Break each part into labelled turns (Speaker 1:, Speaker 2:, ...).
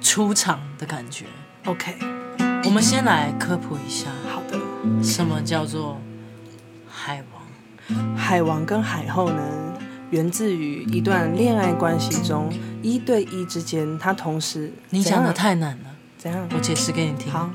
Speaker 1: 出场的感觉。
Speaker 2: OK，
Speaker 1: 我们先来科普一下，
Speaker 2: 好的。
Speaker 1: 什么叫做海王？
Speaker 2: 海王跟海后呢，源自于一段恋爱关系中一对一之间，他同时
Speaker 1: 你讲的
Speaker 2: 怎样
Speaker 1: 太难了，
Speaker 2: 怎样？
Speaker 1: 我解释给你听。
Speaker 2: 好，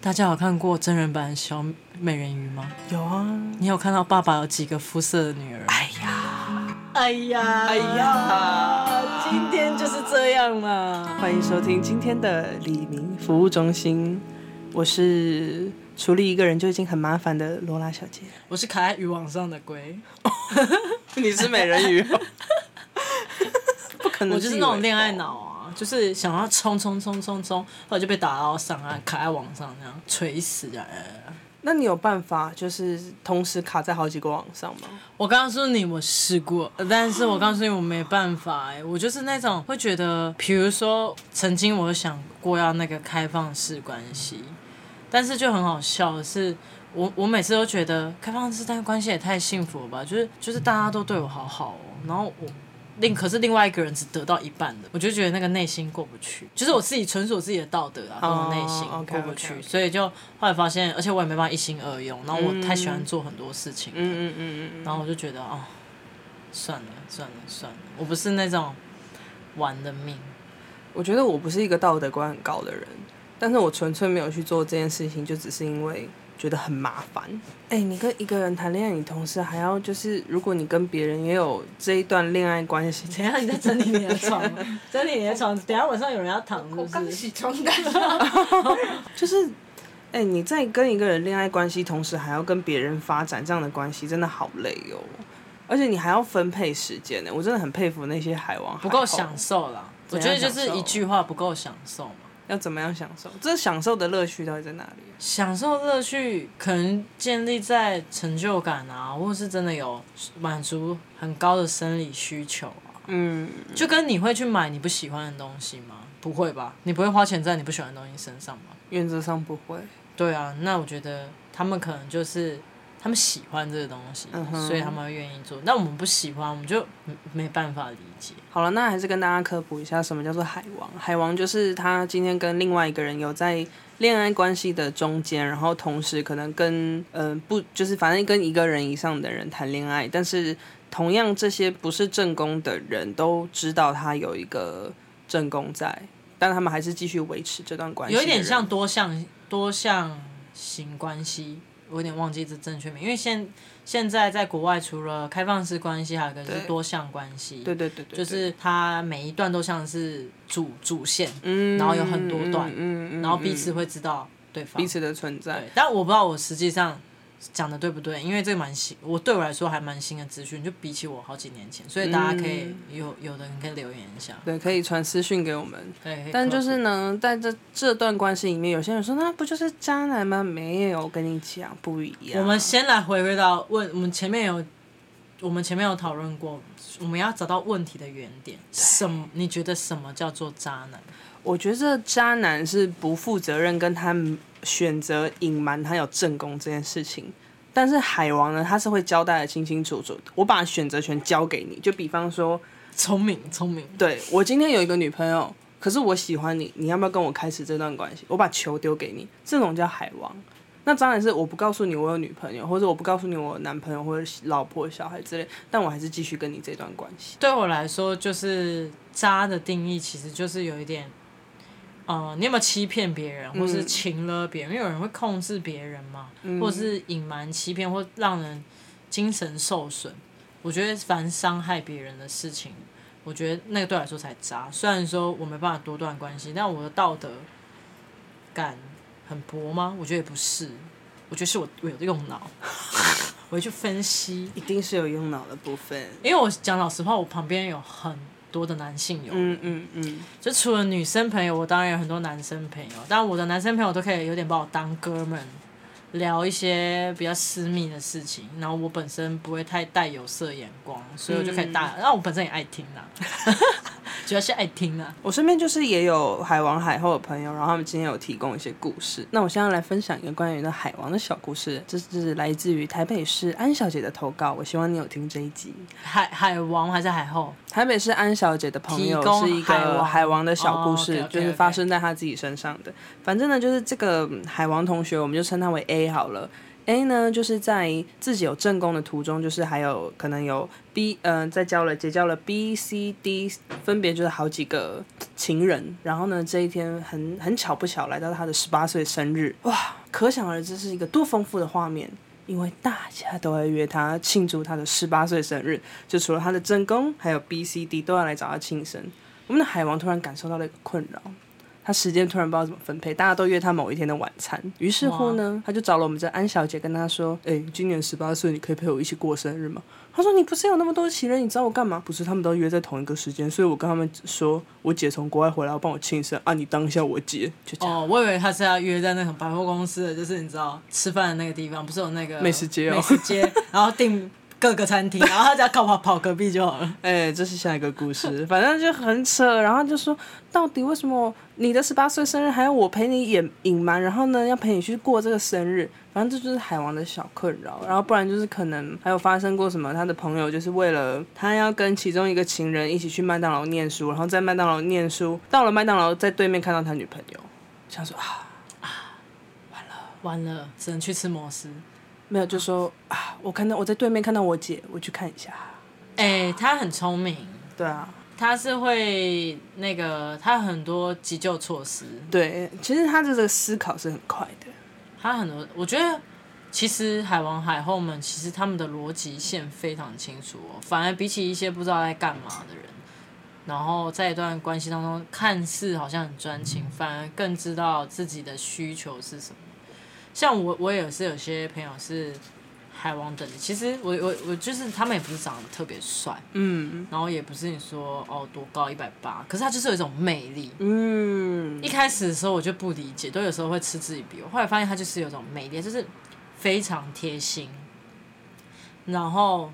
Speaker 1: 大家有看过真人版小美人鱼吗？
Speaker 2: 有啊。
Speaker 1: 你有看到爸爸有几个肤色的女儿？
Speaker 2: 哎呀，
Speaker 1: 哎呀，
Speaker 2: 哎，呀，
Speaker 1: 今天就是这样啦。
Speaker 2: 欢迎收听今天的李明服务中心，我是处理一个人就已经很麻烦的罗拉小姐。
Speaker 1: 我是卡在渔网上的龟，
Speaker 2: 你是美人鱼、 不可能，
Speaker 1: 我就是那种恋爱。脑啊，就是想要冲冲冲冲冲，后来就被打到上岸，卡在网上这样垂死啊！
Speaker 2: 那你有办法就是同时卡在好几个网上吗？
Speaker 1: 我告诉你，我试过，但是我告诉你，我没办法哎、我就是那种会觉得，比如说，曾经我想过要那个开放式关系，但是就很好笑的是，我我每次都觉得开放式但关系也太幸福了吧，就是就是大家都对我好好哦、然后我另可是另外一个人只得到一半的，我就觉得那个内心过不去，就是我自己纯属自己的道德啊，跟我内心
Speaker 2: 哦
Speaker 1: 过不
Speaker 2: ，OK，OK，OK
Speaker 1: 去所以就后来发现，而且我也没办法一心二用，然后我太喜欢做很多事情了，
Speaker 2: 嗯嗯嗯嗯。
Speaker 1: 然后我就觉得哦，算了算了算了，我不是那种玩的命，
Speaker 2: 我觉得我不是一个道德观很高的人，但是我纯粹没有去做这件事情，就只是因为觉得很麻烦。哎、你跟一个人谈恋爱，你同时还要就是，如果你跟别人也有这一段恋爱关系，
Speaker 1: 等一下你在整理你的床吗， 整理你的床，等一下晚上有人要躺是不
Speaker 3: 我刚
Speaker 1: 是？
Speaker 3: 洗床单，
Speaker 2: 就是，哎、你在跟一个人恋爱关系，同时还要跟别人发展这样的关系，真的好累哦。而且你还要分配时间呢，我真的很佩服那些海王。
Speaker 1: 不够
Speaker 2: 海后
Speaker 1: 享，受啦，我
Speaker 2: 怎
Speaker 1: 觉
Speaker 2: 样
Speaker 1: 得就是
Speaker 2: 享受
Speaker 1: 一句话不够享受嘛。
Speaker 2: 要怎么样享受？这享受的乐趣到底在哪里？
Speaker 1: 享受乐趣可能建立在成就感啊，或是真的有满足很高的生理需求啊。
Speaker 2: 嗯，
Speaker 1: 就跟你会去买你不喜欢的东西吗？不会吧？你不会花钱在你不喜欢的东西身上吗？
Speaker 2: 原则上不会。
Speaker 1: 对啊，那我觉得他们可能就是他们喜欢这个东西，
Speaker 2: 嗯哼
Speaker 1: 所以他们会愿意做。但我们不喜欢，我们就没没办法理解。
Speaker 2: 好了，那还是跟大家科普一下，什么叫做海王？海王就是他今天跟另外一个人有在恋爱关系的中间，然后同时可能跟嗯、呃不就是反正跟一个人以上的人谈恋爱，但是同样这些不是正宫的人都知道他有一个正宫在，但他们还是继续维持这段关系的
Speaker 1: 有一
Speaker 2: 人，
Speaker 1: 点像多项多项型关系，我有点忘记这正确名，因为现现在在国外除了开放式关系，还有一个是
Speaker 2: 对
Speaker 1: 多项关系，
Speaker 2: 对对对对，
Speaker 1: 就是它每一段都像是主主线，
Speaker 2: 嗯，
Speaker 1: 然后有很多段
Speaker 2: 嗯嗯嗯嗯
Speaker 1: 然后彼此会知道对方
Speaker 2: 彼此的存在
Speaker 1: 对，，但我不知道我实际上讲的对不对，因为这个蛮新，我对我来说还蛮新的资讯，就比起我好几年前，所以大家可
Speaker 2: 嗯
Speaker 1: 以、有有的人可以留言一下。
Speaker 2: 对，可以传私讯给我们。
Speaker 1: 对，
Speaker 2: 但就是
Speaker 1: 可以
Speaker 2: 呢，在这这段关系里面，有些人说那不就是渣男吗？没有，我跟你讲不一样。
Speaker 1: 我们先来回归到问，我们前面有我们前面有讨论过，我们要找到问题的原点，什么？你觉得什么叫做渣男？
Speaker 2: 我觉得渣男是不负责任，跟他选择隐瞒他有正宫这件事情。但是海王呢，他是会交代的清清楚楚的，我把选择权交给你。就比方说，
Speaker 1: 聪明，聪明，
Speaker 2: 对我今天有一个女朋友，可是我喜欢你，你要不要跟我开始这段关系？我把球丢给你，这种叫海王。那当然是我不告诉你我有女朋友，或者我不告诉你我有男朋友或者老婆、小孩之类，但我还是继续跟你这段关系。
Speaker 1: 对我来说，就是渣的定义其实就是有一点，呃，你有没有欺骗别人，或是情了别人？因为有人会控制别人嘛，或是隐瞒、欺骗，或让人精神受损。我觉得凡伤害别人的事情，我觉得那个对我来说才渣。虽然说我没办法多段关系，但我的道德感很薄吗？我觉得也不是，我觉得是我我有用脑，我会去分析。
Speaker 2: 一定是有用脑的部分。
Speaker 1: 因为我讲老实话，我旁边有很多的男性友，
Speaker 2: 嗯嗯嗯，
Speaker 1: 就除了女生朋友，我当然有很多男生朋友，但我的男生朋友都可以有点把我当哥们，聊一些比较私密的事情，然后我本嗯啊 身不会太带有色眼光，所以我就可以大，然后我本身也爱听啦，主要是爱听啊。
Speaker 2: 我身边就是也有海王海后的朋友，然后他们今天有提供一些故事。那我现在来分享一个关于那海王的小故事，这是来自于台北市安小姐的投稿。我希望你有听这一集。
Speaker 1: 海海王还是海后？
Speaker 2: 台北市安小姐的朋友
Speaker 1: 提供
Speaker 2: 是一
Speaker 1: 海
Speaker 2: 个
Speaker 1: 王
Speaker 2: 海王的小故事，
Speaker 1: 哦，OK，OK，OK
Speaker 2: 就是发生在他自己身上的。反正呢，就是这个嗯海王同学，我们就称他为 A 好了。A 呢，就是在自己有正宫的途中，就是还有可能有 B，呃，在交了结交了 B、C、D，分别就是好几个情人。然后呢，这一天很很巧不巧来到他的十八岁生日，哇，可想而知是一个多丰富的画面。因为大家都会约他庆祝他的十八岁生日，就除了他的正宫，还有 B、C、D 都要来找他庆生。我们的海王突然感受到了一个困扰，他时间突然不知道怎么分配，大家都约他某一天的晚餐。于是乎呢，他就找了我们这安小姐，跟她说：“哎、今年十八岁，你可以陪我一起过生日吗？”她说：“你不是有那么多情人，你找我干嘛？”不是，他们都约在同一个时间，所以我跟他们说，我姐从国外回来要帮我庆生啊，你当一下我姐，就这样。
Speaker 1: 哦，我以为他是要约在那种百货公司的，就是你知道吃饭的那个地方，不是有那个
Speaker 2: 美食街哦
Speaker 1: 美食街，然后订各个 餐厅，然后他只要靠跑跑隔壁就好了。
Speaker 2: 哎、这是下一个故事， 反正就很扯。然后就说，到底为什么你的十八岁生日还要我陪你掩隐瞒，然后呢要陪你去过这个生日？反正这就是海王的小困扰。然后不然就是可能还有发生过什么，他的朋友就是为了他要跟其中一个情人一起去麦当劳念书，然后在麦当劳念书，到了麦当劳在对面看到他女朋友，想说啊，
Speaker 1: 完了，只能去吃摩斯。
Speaker 2: 没有，就说啊，我看到我在对面看到我姐，我去看一下。
Speaker 1: 哎、他很聪明，
Speaker 2: 对啊，
Speaker 1: 他是会那个，他很多急救措施，
Speaker 2: 对，其实他的这个思考是很快的。
Speaker 1: 他很多，我觉得其实海王海后们其实他们的逻辑线非常清楚哦，反而比起一些不知道在干嘛的人，然后在一段关系当中看似好像很专情，反而更知道自己的需求是什么。像我，我也是有些朋友是海王等的，其实我我我就是他们也不是长得特别帅，
Speaker 2: 嗯
Speaker 1: 然后也不是你说哦多高一百八，可是他就是有一种魅力，
Speaker 2: 嗯。
Speaker 1: 一开始的时候我就不理解，都有时候会嗤之以鼻。我后来发现他就是有种美丽，就是非常贴心，然后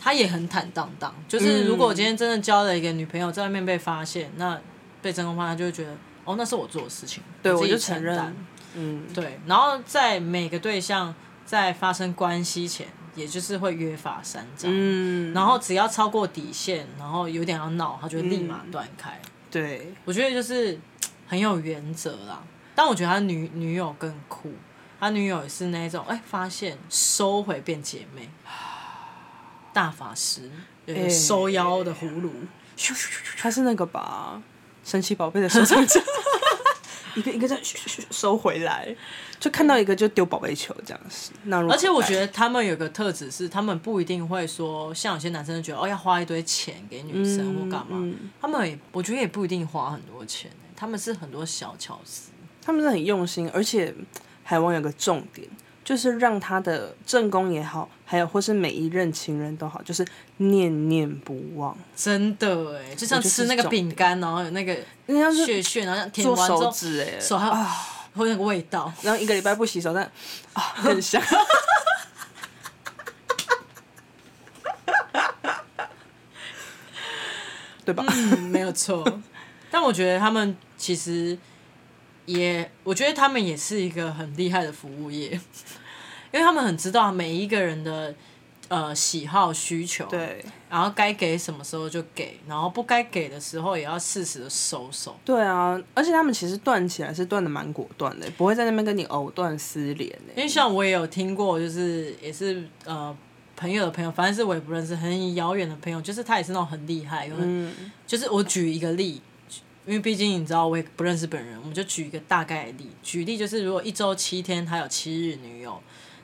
Speaker 1: 他也很坦荡荡。就是如果我今天真的交了一个女朋友，在外面被发现，那被真空发现，他就会觉得哦，那是我做的事情，
Speaker 2: 对，
Speaker 1: 我
Speaker 2: 我
Speaker 1: 自己
Speaker 2: 就承
Speaker 1: 担
Speaker 2: 认，嗯，
Speaker 1: 对，然后在每个对象在发生关系前，也就是会约法三章。
Speaker 2: 嗯，
Speaker 1: 然后只要超过底线，然后有点要闹，他就会立马
Speaker 2: 嗯
Speaker 1: 断开。
Speaker 2: 对，
Speaker 1: 我觉得就是很有原则啦。但我觉得他女女友更酷，他女友也是那种哎、发现收回变姐 妹，大法师，有一个
Speaker 2: 哎
Speaker 1: 收腰的葫芦，
Speaker 2: 他是那个吧，神奇宝贝的收藏家，一个一个这样咻咻咻收回来，就看到一个就丢宝贝球这样子，那
Speaker 1: 而且我觉
Speaker 2: 得，
Speaker 1: 得他们有个特质是，他们不一定会说，像有些男生就觉得哦要花一堆钱给女生或干嘛，
Speaker 2: 嗯
Speaker 1: 他们也我觉得也不一定花很多钱、他们是很多小巧思。
Speaker 2: 他们是很用心，而且海王有个重点。就是让他的正宫也好，还有或是每一任情人都好，就是念念不忘。
Speaker 1: 真的哎，就像
Speaker 2: 我觉得
Speaker 1: 吃
Speaker 2: 是
Speaker 1: 那个
Speaker 2: 重
Speaker 1: 饼干，然后有那个
Speaker 2: 人家是
Speaker 1: 屑屑，然后舔
Speaker 2: 做
Speaker 1: 完之
Speaker 2: 手
Speaker 1: 后
Speaker 2: 指哎、
Speaker 1: 手还有会有那个味道，
Speaker 2: 然后一个礼拜不洗手，但啊很香。 对吧？
Speaker 1: 嗯，没有错。但我觉得他们其实也，我觉得他们也是一个很厉害的服务业，因为他们很知道每一个人的呃喜好需求，，
Speaker 2: 对
Speaker 1: 然后该给什么时候就给，然后不该给的时候也要适时的收手。
Speaker 2: 对啊，而且他们其实断起来是断的蛮果断的，不会在那边跟你藕断丝连欸
Speaker 1: 因
Speaker 2: 诶。
Speaker 1: 为像我也有听过，就是也是呃朋友的朋友，反正是我也不认识，很遥远的朋友，就是他也是那种很厉害，有很
Speaker 2: 嗯，
Speaker 1: 就是我举一个例，因为毕竟你知道我也不认识本人，我们就举一个大概的例。举例就是，如果一周七天，他有七日女友，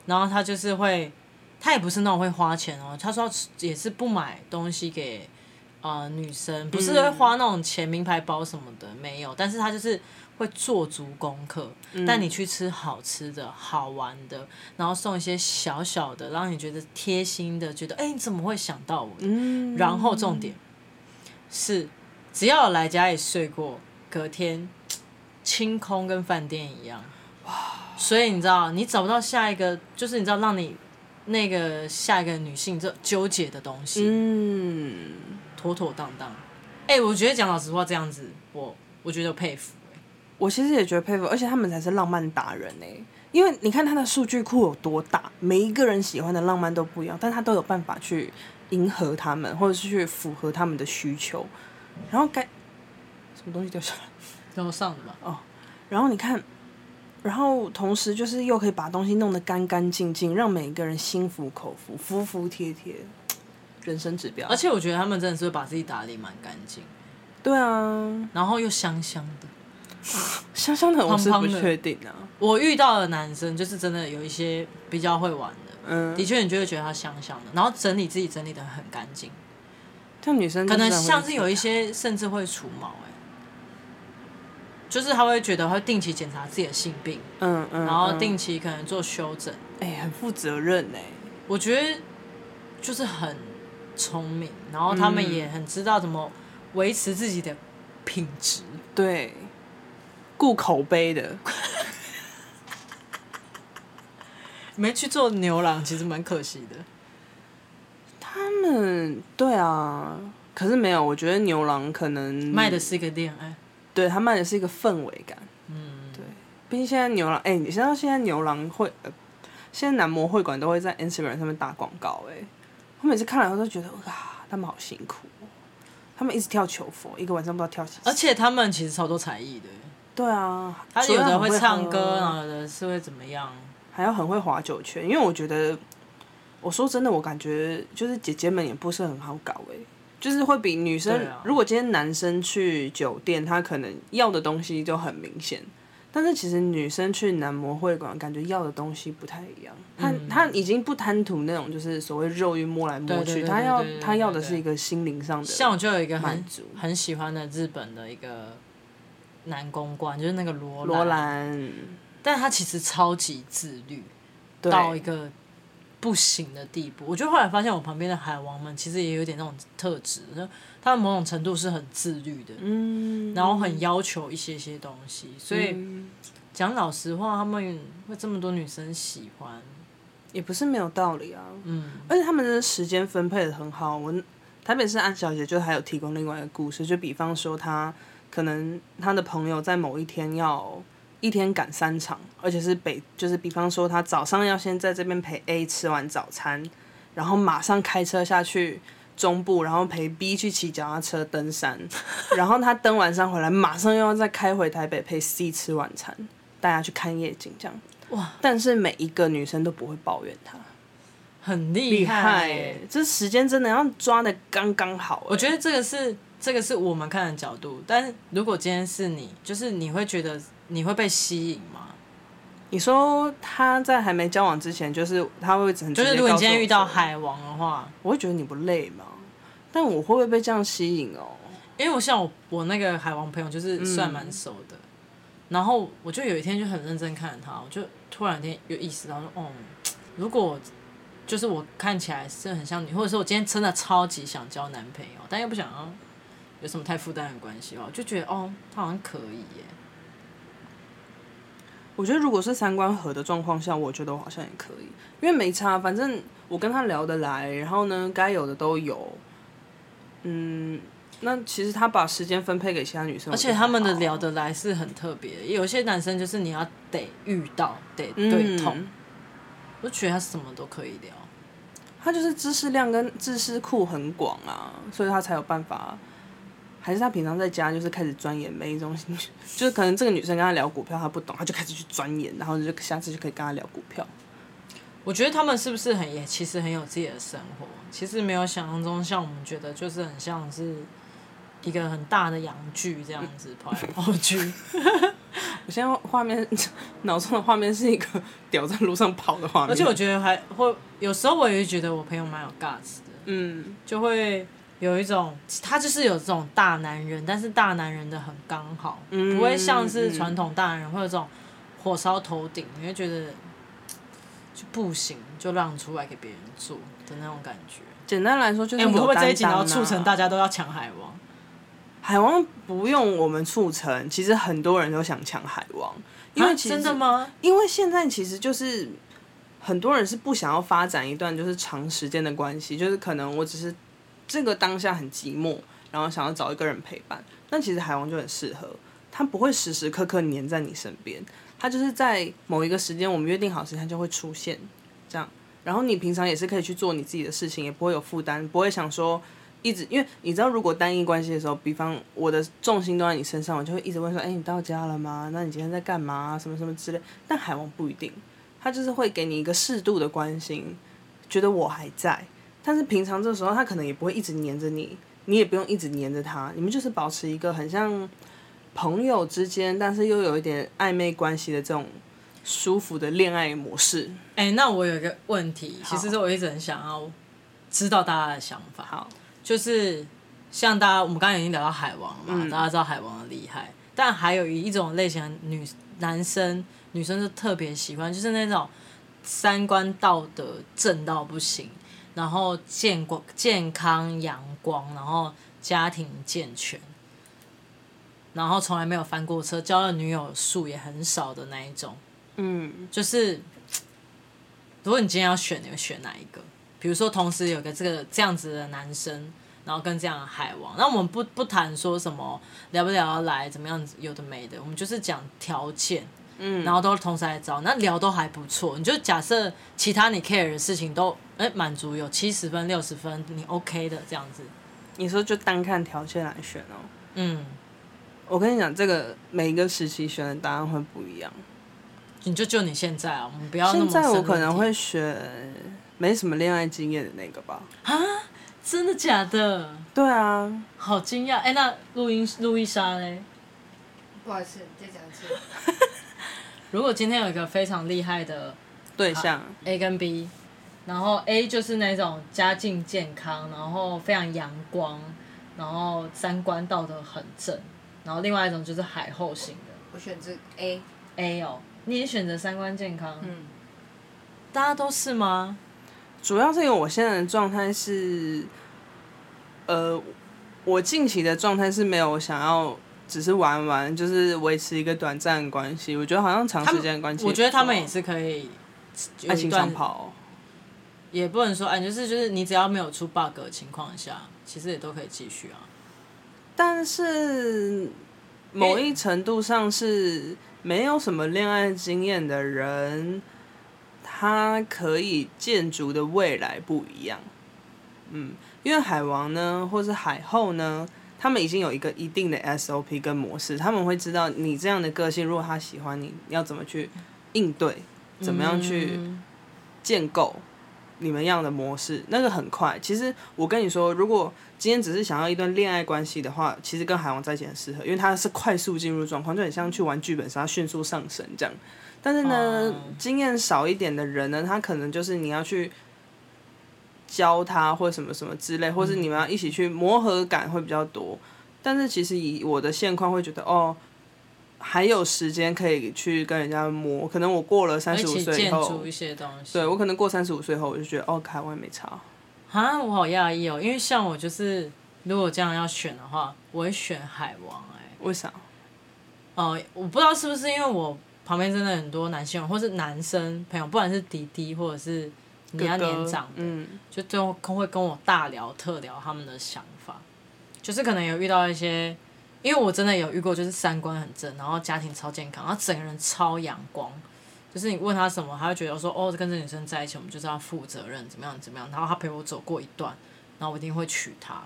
Speaker 1: 然后他就是会，他也不是那种会花钱哦，他说也是不买东西给呃女生，不是会花那种钱名牌包什么的，没有，但是他就是。会做足功课，带你去吃好吃的、好玩的，然后送一些小小的，让你觉得贴心的，觉得哎、你怎么会想到我？
Speaker 2: 嗯
Speaker 1: 然后重点是，只要有来家里睡过，隔天清空跟饭店一样。哇！所以你知道，你找不到下一个，就是你知道让你那个下一个女性这纠结的东西，
Speaker 2: 嗯，
Speaker 1: 妥妥当当。哎、哎、我觉得讲老实话，这样子我我觉得佩服、哎
Speaker 2: 我其实也觉得佩服，而且他们才是浪漫达人呢、因为你看他的数据库有多大，每一个人喜欢的浪漫都不一样，但他都有办法去迎合他们，或者是去符合他们的需求。然后该什么东西掉下来？
Speaker 1: 然后上的嘛，
Speaker 2: 然后你看，然后同时就是又可以把东西弄得干干净净，让每个人心服口服、服服帖帖，人生指标。
Speaker 1: 而且我觉得他们真的是会把自己打理蛮干净，
Speaker 2: 对啊，
Speaker 1: 然后又香香的。
Speaker 2: 香香的我是
Speaker 1: 胖
Speaker 2: 不
Speaker 1: 胖的
Speaker 2: 确定啊，
Speaker 1: 我遇到的男生就是真的有一些比较会玩的，
Speaker 2: 嗯，
Speaker 1: 的确你就会觉得他香香的，然后整理自己整理的很干净，
Speaker 2: 像女生就
Speaker 1: 可能
Speaker 2: 真的会
Speaker 1: 像是有一些甚至会除毛、哎，就是他会觉得会定期检查自己的性病，
Speaker 2: 嗯嗯，
Speaker 1: 然后
Speaker 2: 嗯
Speaker 1: 定期可能做修整，
Speaker 2: 哎、很负责任哎、
Speaker 1: 我觉得就是很聪明，然后他
Speaker 2: 嗯
Speaker 1: 们也很知道怎么维持自己的品质。
Speaker 2: 对，顾口碑的，
Speaker 1: 你没去做牛郎，其实蛮可惜的。
Speaker 2: 他们对啊，可是没有，我觉得牛郎可能
Speaker 1: 卖的是一个恋爱，
Speaker 2: 对他卖的是一个氛围感，嗯，对，毕竟现在牛郎，哎、你知道现在牛郎会，呃，现在男模会馆都会在 Instagram 上面打广告、哎，我每次看了我都觉得哇，他们好辛苦哦、他们一直跳球佛，一个晚上不知道跳几次，
Speaker 1: 而且他们其实超多才艺的，
Speaker 2: 对啊，
Speaker 1: 呃他
Speaker 2: 除
Speaker 1: 有
Speaker 2: 了
Speaker 1: 的
Speaker 2: 很
Speaker 1: 会
Speaker 2: 喝
Speaker 1: 唱歌，然后有的是会怎么样？
Speaker 2: 还要很会划酒圈，因为我觉得，我说真的，我感觉就是姐姐们也不是很好搞哎、就是会比女生。
Speaker 1: 对啊
Speaker 2: 如果今天男生去酒店，他可能要的东西就很明显，但是其实女生去男模会馆，感觉要的东西不太一样。她
Speaker 1: 嗯
Speaker 2: 她、已经不贪图那种就是所谓肉欲摸来摸
Speaker 1: 对对
Speaker 2: 去，
Speaker 1: 对
Speaker 2: 她
Speaker 1: 对
Speaker 2: 要
Speaker 1: 对对
Speaker 2: 她要的
Speaker 1: 对
Speaker 2: 是一个心灵上的
Speaker 1: 像我就有一个很
Speaker 2: 满足。
Speaker 1: 很喜欢的日本的一个男公关，就是那个罗
Speaker 2: 罗
Speaker 1: 兰，
Speaker 2: 兰，
Speaker 1: 但他其实超级自律，
Speaker 2: 对
Speaker 1: 到一个不行的地步。我就后来发现，我旁边的海王们其实也有点那种特质，就他们某种程度是很自律的，
Speaker 2: 嗯，
Speaker 1: 然后很要求一些些东西。所以
Speaker 2: 嗯
Speaker 1: 讲老实话，他们会这么多女生喜欢，
Speaker 2: 也不是没有道理啊。
Speaker 1: 嗯，
Speaker 2: 而且他们的时间分配的很好。我台北市安小姐就还有提供另外一个故事，就比方说她可能她的朋友在某一天要一天赶三场，而且是北，就是比方说她早上要先在这边陪 A 吃完早餐，然后马上开车下去。中部，然后陪 B 去骑脚踏车登山，然后她登完山回来，马上又要再开回台北陪 C 吃晚餐，大家去看夜景这样。
Speaker 1: 哇，
Speaker 2: 但是每一个女生都不会抱怨她。
Speaker 1: 很厉
Speaker 2: 厉害
Speaker 1: 耶
Speaker 2: 耶！这时间真的要抓的刚刚好。
Speaker 1: 我觉得这个是这个是我们看的角度，但是如果今天是你，就是你会觉得你会被吸引吗？
Speaker 2: 你说他在还没交往之前，就是他会很
Speaker 1: 就是
Speaker 2: 直接
Speaker 1: 如果你
Speaker 2: 告诉
Speaker 1: 今天
Speaker 2: 我
Speaker 1: 遇到
Speaker 2: 说，
Speaker 1: 海王的话，
Speaker 2: 我会觉得你不累吗？但我会不会被这样吸引哦？
Speaker 1: 因为我像我我那个海王朋友
Speaker 2: 嗯
Speaker 1: 就是算蛮熟的，然后我就有一天就很认真看着他，我就突然间有意识到说，哦，如果我就是我看起来是很像你，或者是我今天真的超级想交男朋友，但又不想要有什么太负担的关系吧，我就觉得哦，他好像可以耶，
Speaker 2: 我觉得如果是三观合的状况下，我觉得我好像也可以，因为没差，反正我跟他聊得来，然后呢，该有的都有。嗯，那其实他把时间分配给其他女生，
Speaker 1: 而且他们的聊得来是很特别的，有些男生就是你要得遇到得对
Speaker 2: 痛。
Speaker 1: 痛，我就觉得他什么都可以聊。
Speaker 2: 他就是知识量跟知识库很广啊，所以他才有办法。还是他平常在家就是开始钻研每一种，就是可能这个女生跟他聊股票，他不懂，他就开始去钻研，然后就下次就可以跟他聊股票。
Speaker 1: 我觉得他们是不是很也其实很有自己的生活，其实没有想象中像我们觉得就是很像是一个很大的洋剧这样 子跑来跑去。
Speaker 2: 我现在画面 脑中的画面是一个屌在路上跑的画面，
Speaker 1: 而且哎我觉得还会有时候我也会觉得我朋友蛮有 guts 的，
Speaker 2: 嗯，
Speaker 1: 就会有一种他就是有这种大男人，但是大男人的很刚好，
Speaker 2: 嗯
Speaker 1: 不会像是传统大男人会有这种火烧头顶，你会觉得就不行，就让出来给别人做的那种感觉。
Speaker 2: 简单来说就
Speaker 1: 哎、
Speaker 2: 是、有
Speaker 1: 我们会不会这一集
Speaker 2: 担
Speaker 1: 然
Speaker 2: 当啊
Speaker 1: 后促成大家都要抢海王？
Speaker 2: 海王哎不用我们促成，其实很多人都想抢海王，因为
Speaker 1: 啊
Speaker 2: 其实
Speaker 1: 真的吗？
Speaker 2: 因为现在其实就是很多人是不想要发展一段就是长时间的关系，就是可能我只是这个当下很寂寞，然后想要找一个人陪伴，那其实海王就很适合，他不会时时刻刻黏在你身边，他就是在某一个时间我们约定好时间他就会出现，这样，然后你平常也是可以去做你自己的事情，也不会有负担，不会想说。一直，因为你知道，如果单一关系的时候，比方我的重心都在你身上，我就会一直问说：“哎、你到家了吗？那你今天在干嘛？什么什么之类。”但海王不一定，他就是会给你一个适度的关心，觉得我还在。但是平常这时候，他可能也不会一直黏着你，你也不用一直黏着他，你们就是保持一个很像朋友之间，但是又有一点暧昧关系的这种舒服的恋爱模式。
Speaker 1: 哎、那我有一个问题，其实是我一直很想要知道大家的想法。
Speaker 2: 好，
Speaker 1: 就是像大家，我们刚才已经聊到海王了嘛，
Speaker 2: 嗯
Speaker 1: 大家知道海王的厉害，但还有一种类型的女男生，女生就特别喜欢，就是那种三观道德正到不行，然后健光健康阳光，然后家庭健全。然后从来没有翻过车，交的女友数也很少的那一种，
Speaker 2: 嗯，
Speaker 1: 就是，如果你今天要选，你会选哪一个？比如说，同时有个这个这样子的男生，然后跟这样的海王，那我们不不谈说什么聊不聊得来，怎么样子有的没的，我们就是讲条件，嗯，然后都同时来找，那聊都还不错。你就假设其他你 care 的事情都哎满足有七十分六十分，你 OK 的这样子，
Speaker 2: 你说就单看条件来选哦、
Speaker 1: 嗯，
Speaker 2: 我跟你讲，这个每一个时期选的答案会不一样。
Speaker 1: 你就就你现在啊，我们不要那
Speaker 2: 现
Speaker 1: 么
Speaker 2: 在
Speaker 1: 深
Speaker 2: 我
Speaker 1: 入
Speaker 2: 可能
Speaker 1: 地
Speaker 2: 会选没什么恋爱经验的那个吧。
Speaker 1: 真的假的，
Speaker 2: 对啊，
Speaker 1: 好惊讶哎，那录音路易莎嘞？
Speaker 3: 不好意思，再讲一次。
Speaker 1: 如果今天有一个非常厉害的
Speaker 2: 对象
Speaker 1: A 跟 B，然后 A 就是那种家境健康，然后非常阳光，然后三观道德很正，然后另外一种就是海后型的
Speaker 3: 我选择 A，
Speaker 1: A 哦。你也选择三观健康，
Speaker 3: 嗯，
Speaker 1: 大家都是吗？
Speaker 2: 主要是因为我现在的状态是，呃，我近期的状态是没有想要只是玩玩，就是维持一个短暂的关系。我觉得好像长时间的关系，哦
Speaker 1: 我觉得他们也是可以有
Speaker 2: 爱
Speaker 1: 一
Speaker 2: 情
Speaker 1: 段
Speaker 2: 长，跑哦、
Speaker 1: 也不能说哎，就是就是你只要没有出 bug 的情况下，其实也都可以继续啊。
Speaker 2: 但是某一程度上是没有什么恋爱经验的人，他可以建筑的未来不一样。嗯，因为海王呢，或是海后呢，他们已经有一个一定的 SOP 跟模式，他们会知道你这样的个性，如果他喜欢你，你要怎么去应对，怎么样去。
Speaker 1: 嗯
Speaker 2: 建构你们样的模式，那个很快。其实我跟你说，如果今天只是想要一段恋爱关系的话，其实跟海王在一起很适合，因为他是快速进入状况，就很像去玩剧本杀，迅速上升这样。但是呢，
Speaker 1: 哦
Speaker 2: 经验少一点的人呢，他可能就是你要去教他或什么什么之类，或是你们要一起去磨合感会比较多。但是其实以我的现况会觉得，哦，还有时间可以去跟人家磨。可能我过了三
Speaker 1: 一
Speaker 2: 十五
Speaker 1: 起
Speaker 2: 岁以
Speaker 1: 建
Speaker 2: 后
Speaker 1: 筑一，些东西，
Speaker 2: 对我可能过三十五岁后，我就觉得哦，台湾没差。
Speaker 1: 啊，我好讶异哦，因为像我就是，如果这样要选的话，我会选海王哎、
Speaker 2: 为啥？
Speaker 1: 哦、我不知道是不是因为我旁边真的很多男性友或是男生朋友，不管是弟弟或者是你
Speaker 2: 哥
Speaker 1: 要年
Speaker 2: 哥
Speaker 1: 长的，
Speaker 2: 嗯，
Speaker 1: 就都会跟我大聊特聊他们的想法，就是可能有遇到一些，因为我真的有遇过，就是三观很正，然后家庭超健康，然后整个人超阳光，就是你问他什么，他会觉得说哦，跟这女生在一起，我们就是要负责任，怎么样怎么样，然后他陪我走过一段，然后我一定会娶她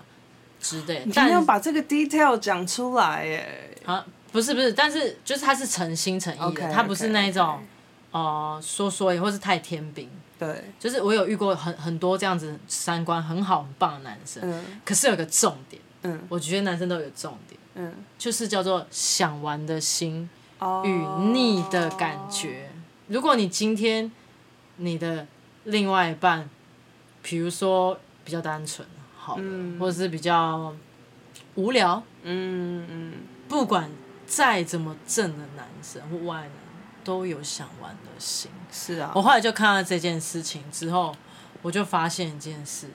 Speaker 1: 之类的
Speaker 2: 你。一定
Speaker 1: 但
Speaker 2: 要把这个 detail 讲出来耶。
Speaker 1: 啊，不是不是，但是就是他是诚心诚意的，
Speaker 2: OK，
Speaker 1: 他不是
Speaker 2: OK，
Speaker 1: 那一种
Speaker 2: OK
Speaker 1: 哦说说也或是太天兵，
Speaker 2: 对，
Speaker 1: 就是我有遇过很很多这样子三观很好很棒的男生。
Speaker 2: 嗯
Speaker 1: 可是有个重点，
Speaker 2: 嗯
Speaker 1: 我觉得男生都有个重点，
Speaker 2: 嗯，
Speaker 1: 就是叫做想玩的心
Speaker 2: 哦
Speaker 1: 与腻的感觉。如果你今天你的另外一半，比如说比较单纯，好了，或者是比较无聊，
Speaker 2: 嗯嗯，
Speaker 1: 不管再怎么正的男生或外男，都有想玩的心。
Speaker 2: 是啊
Speaker 1: 我，后来就看到这件事情之后，我就发现一件事：，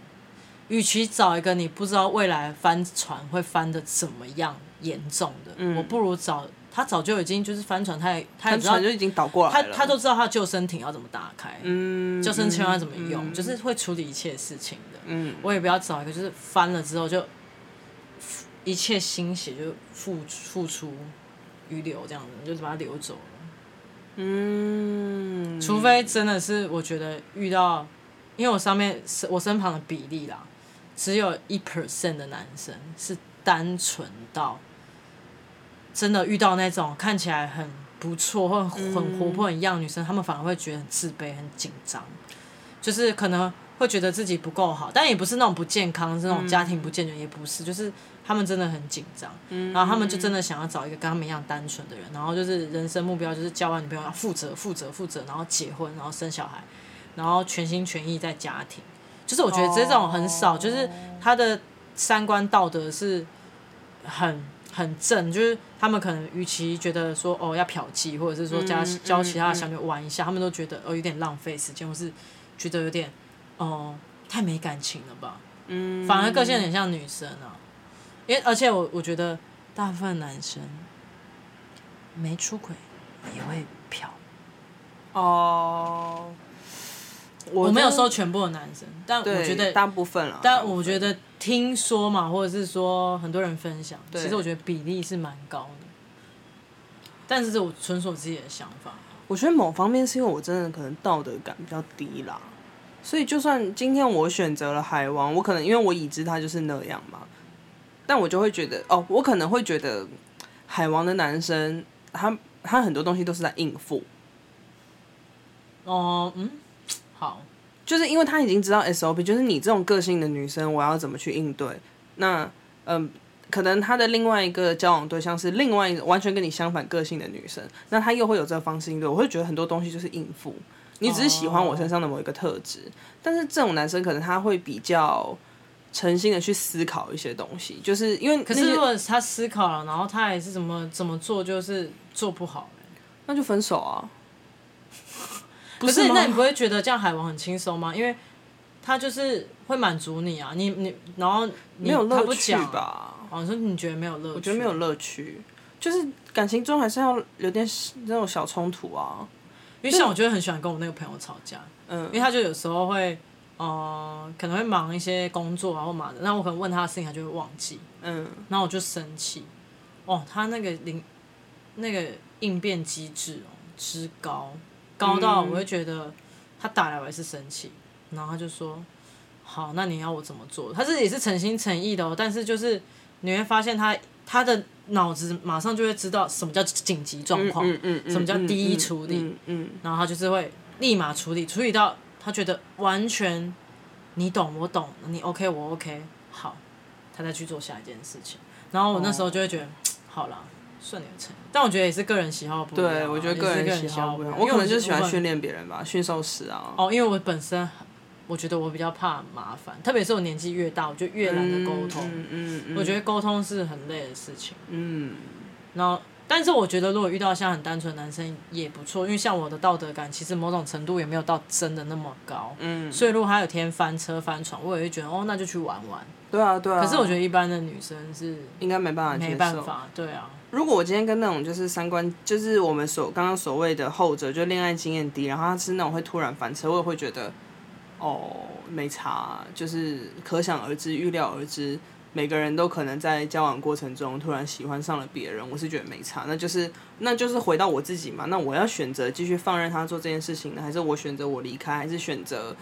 Speaker 1: 与其找一个你不知道未来翻船会翻的怎么样严重的，
Speaker 2: 嗯
Speaker 1: 我不如找他早就已经就是翻船，他也他也
Speaker 2: 他
Speaker 1: 知道
Speaker 2: 船就已经倒过
Speaker 1: 他
Speaker 2: 来了，
Speaker 1: 他都知道他救生艇要怎么打开，
Speaker 2: 嗯，
Speaker 1: 救生圈要
Speaker 2: 要
Speaker 1: 怎么用，就是会处理一切事情的。
Speaker 2: 嗯
Speaker 1: 我也不要找一个就是翻了之后就一切心血就付付出余留这样子，就是把它流走了。
Speaker 2: 嗯，
Speaker 1: 除非真的是我觉得遇到，因为我上面我身旁的比例啦，只有一 percent 的男生是单纯到真的遇到那种看起来很不错或很很活泼、很样的女生，他们反而会觉得很自卑、很紧张，就是可能会觉得自己不够好，但也不是那种不健康，是那种家庭不健全，也不是，就是他们真的很紧张，然后他们就真的想要找一个跟他们一样单纯的人，然后就是人生目标就是交完女朋友要负责、负责、负责，然后结婚，然后生小孩，然后全心全意在家庭，就是我觉得这种很少，就是他的三观道德是很很正，就是他们可能与其觉得说哦要嫖妓，或者是说加
Speaker 2: 嗯
Speaker 1: 教其他
Speaker 2: 嗯
Speaker 1: 的小女友玩一下，他们都觉得哦有点浪费时间，或是觉得有点哦、太没感情了吧，
Speaker 2: 嗯
Speaker 1: 反而个性很像女生啊，因为而且我我觉得大部分男生没出轨也会嫖。
Speaker 2: 哦，我
Speaker 1: 我没有
Speaker 2: 就
Speaker 1: 说全部的男生，但
Speaker 2: 对，
Speaker 1: 我觉得
Speaker 2: 大部分了，
Speaker 1: 但我觉得听说嘛，或者是说很多人分享，
Speaker 2: 对
Speaker 1: 其实我觉得比例是蛮高的。但是这我纯属自己的想法。
Speaker 2: 我觉得某方面是因为我真的可能道德感比较低啦，所以就算今天我选择了海王，我可能因为我已知他就是那样嘛，但我就会觉得哦，我可能会觉得海王的男生他他很多东西都是在应付，
Speaker 1: 哦，嗯，好，
Speaker 2: 就是因为他已经知道 SOP，就是你这种个性的女生，我要怎么去应对？那嗯，可能他的另外一个交往对象是另外一个完全跟你相反个性的女生，那他又会有这个方式应对。我会觉得很多东西就是应付，你只是喜欢我身上的某一个特质
Speaker 1: 嗯
Speaker 2: 但是这种男生可能他会比较诚心的去思考一些东西，就是因为
Speaker 1: 可
Speaker 2: 那
Speaker 1: 是
Speaker 2: 些
Speaker 1: 如果他思考了，然后他还是怎么怎么做，就是做不好、
Speaker 2: 那就分手啊。不
Speaker 1: 可是
Speaker 2: 吗
Speaker 1: 那你不会觉得这样海王很轻松吗？因为他就是会满足你啊，你你然后你
Speaker 2: 没有
Speaker 1: 他
Speaker 2: 乐
Speaker 1: 不
Speaker 2: 趣
Speaker 1: 讲？
Speaker 2: 吧？
Speaker 1: 哦，你说你觉得没有乐趣？
Speaker 2: 我觉得没有乐趣，就是感情中还是要有点那种小冲突啊。
Speaker 1: 因为像我就会很喜欢跟我那个朋友吵架，
Speaker 2: 嗯
Speaker 1: 因为他就有时候会，呃，可能会忙一些工作啊或忙的，那我可能问他的事情，他就会忘记，
Speaker 2: 嗯，
Speaker 1: 然后我就生气，哦，他那个灵，那个应变机制哦之高，高到
Speaker 2: 嗯
Speaker 1: 我会觉得他打来我也是生气，然后他就说，好，那你要我怎么做？他是也是诚心诚意的哦，但是就是你会发现他他的脑子马上就会知道什么叫紧急状况，
Speaker 2: 嗯嗯嗯
Speaker 1: 什么叫第一处理
Speaker 2: 嗯嗯
Speaker 1: 然后他就是会立马处理，处理到他觉得完全你懂我懂，你 OK 我 OK，好，他再去做下一件事情。然后我那时
Speaker 2: 哦
Speaker 1: 候就会觉得，好啦，算你的成。但我觉得也是个人喜好不一样啊、
Speaker 2: 对，我觉得
Speaker 1: 也
Speaker 2: 个
Speaker 1: 是
Speaker 2: 人喜好
Speaker 1: 好
Speaker 2: 不一
Speaker 1: 样
Speaker 2: 样，我可能就喜欢
Speaker 1: 训
Speaker 2: 训练别人吧，驯兽师啊。
Speaker 1: 哦，因为我本身我觉得我比较怕麻烦，特别是我年纪越大，我就越懒得沟通。
Speaker 2: 嗯嗯嗯，
Speaker 1: 我觉得沟通是很累的事情。
Speaker 2: 嗯
Speaker 1: 然后，但是我觉得如果遇到像很单纯的男生也不错，因为像我的道德感其实某种程度也没有到真的那么高。
Speaker 2: 嗯，
Speaker 1: 所以如果他有天翻车翻船，我也会觉得哦，那就去玩玩。
Speaker 2: 对啊对啊。
Speaker 1: 可是我觉得一般的女生是
Speaker 2: 应该没办法接
Speaker 1: 没
Speaker 2: 受。
Speaker 1: 办法，对啊，
Speaker 2: 如果我今天跟那种就是三观，就是我们所刚刚所谓的后者，就恋爱经验低，然后他是那种会突然翻车，我也会觉得，哦，没差，就是可想而知，预料而知，每个人都可能在交往过程中突然喜欢上了别人，我是觉得没差，那就是那就是回到我自己嘛，那我要选择继续放任他做这件事情呢，还是我选择我离开，还是选择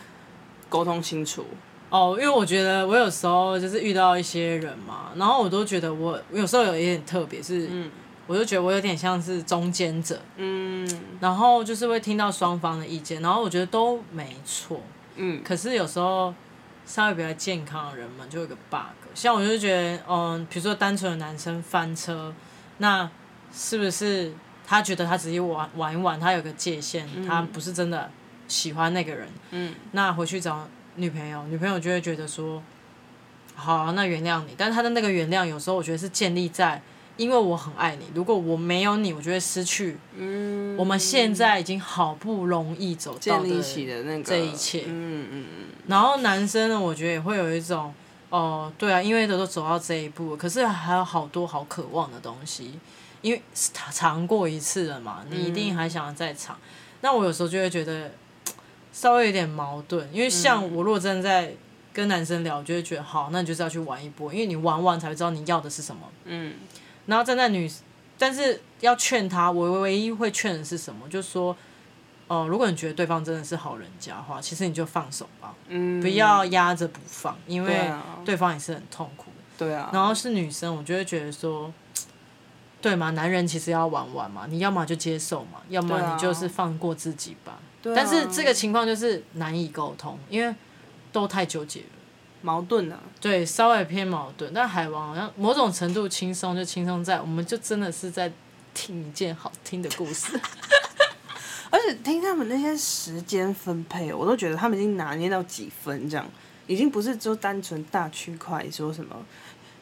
Speaker 2: 沟通清楚？
Speaker 1: 哦，因为我觉得我有时候就是遇到一些人嘛，然后我都觉得我我有时候有一点特别，是、我就觉得我有点像是中间者，
Speaker 2: 嗯
Speaker 1: 然后就是会听到双方的意见，然后我觉得都没错，
Speaker 2: 嗯
Speaker 1: 可是有时候稍微比较健康的人们就有一个 bug，像我就觉得，嗯，比如说单纯的男生翻车，那是不是他觉得他只是玩玩一玩，他有个界限，他不是真的喜欢那个人，
Speaker 2: 嗯，
Speaker 1: 那回去找女朋友，女朋友就会觉得说，好啊、那原谅你，但他的那个原谅有时候我觉得是建立在。因为我很爱你，如果我没有你，我就会失去。嗯，我们现在已经好不容易走到
Speaker 2: 建
Speaker 1: 的
Speaker 2: 立起的那个
Speaker 1: 这一切
Speaker 2: 嗯嗯嗯，
Speaker 1: 然后男生呢，我觉得也会有一种，哦，对啊，因为都走到这一步了，可是还有好多好渴望的东西，因为尝尝过一次了嘛，你一定还想要再尝。
Speaker 2: 嗯
Speaker 1: 那我有时候就会觉得稍微有点矛盾，因为像我如果真的在跟男生聊，我就会觉得好，那你就是要去玩一波，因为你玩完才会知道你要的是什么。
Speaker 2: 嗯，
Speaker 1: 然后站在女，但是要劝他，我唯一会劝的是什么？就说，哦、如果你觉得对方真的是好人家的话，其实你就放手吧，
Speaker 2: 嗯，
Speaker 1: 不要压着不放，因
Speaker 2: 对
Speaker 1: 为
Speaker 2: 啊，
Speaker 1: 对方也是很痛苦的。
Speaker 2: 对啊，
Speaker 1: 然后是女生，我就会觉得说，对嘛，男人其实要玩玩嘛，你要么就接受嘛，要么
Speaker 2: 对啊
Speaker 1: 你就是放过自己吧。
Speaker 2: 对啊
Speaker 1: 但是这个情况就是难以沟通，因为都太纠结了。
Speaker 2: 矛盾啊，
Speaker 1: 对，稍微偏矛盾，但海王好像某种程度轻松，就轻松在我们就真的是在听一件好听的故 事。
Speaker 2: 而且听他们那些时间分配，我都觉得他们已经拿捏到几分这样，已经不是就单纯大区块说什么，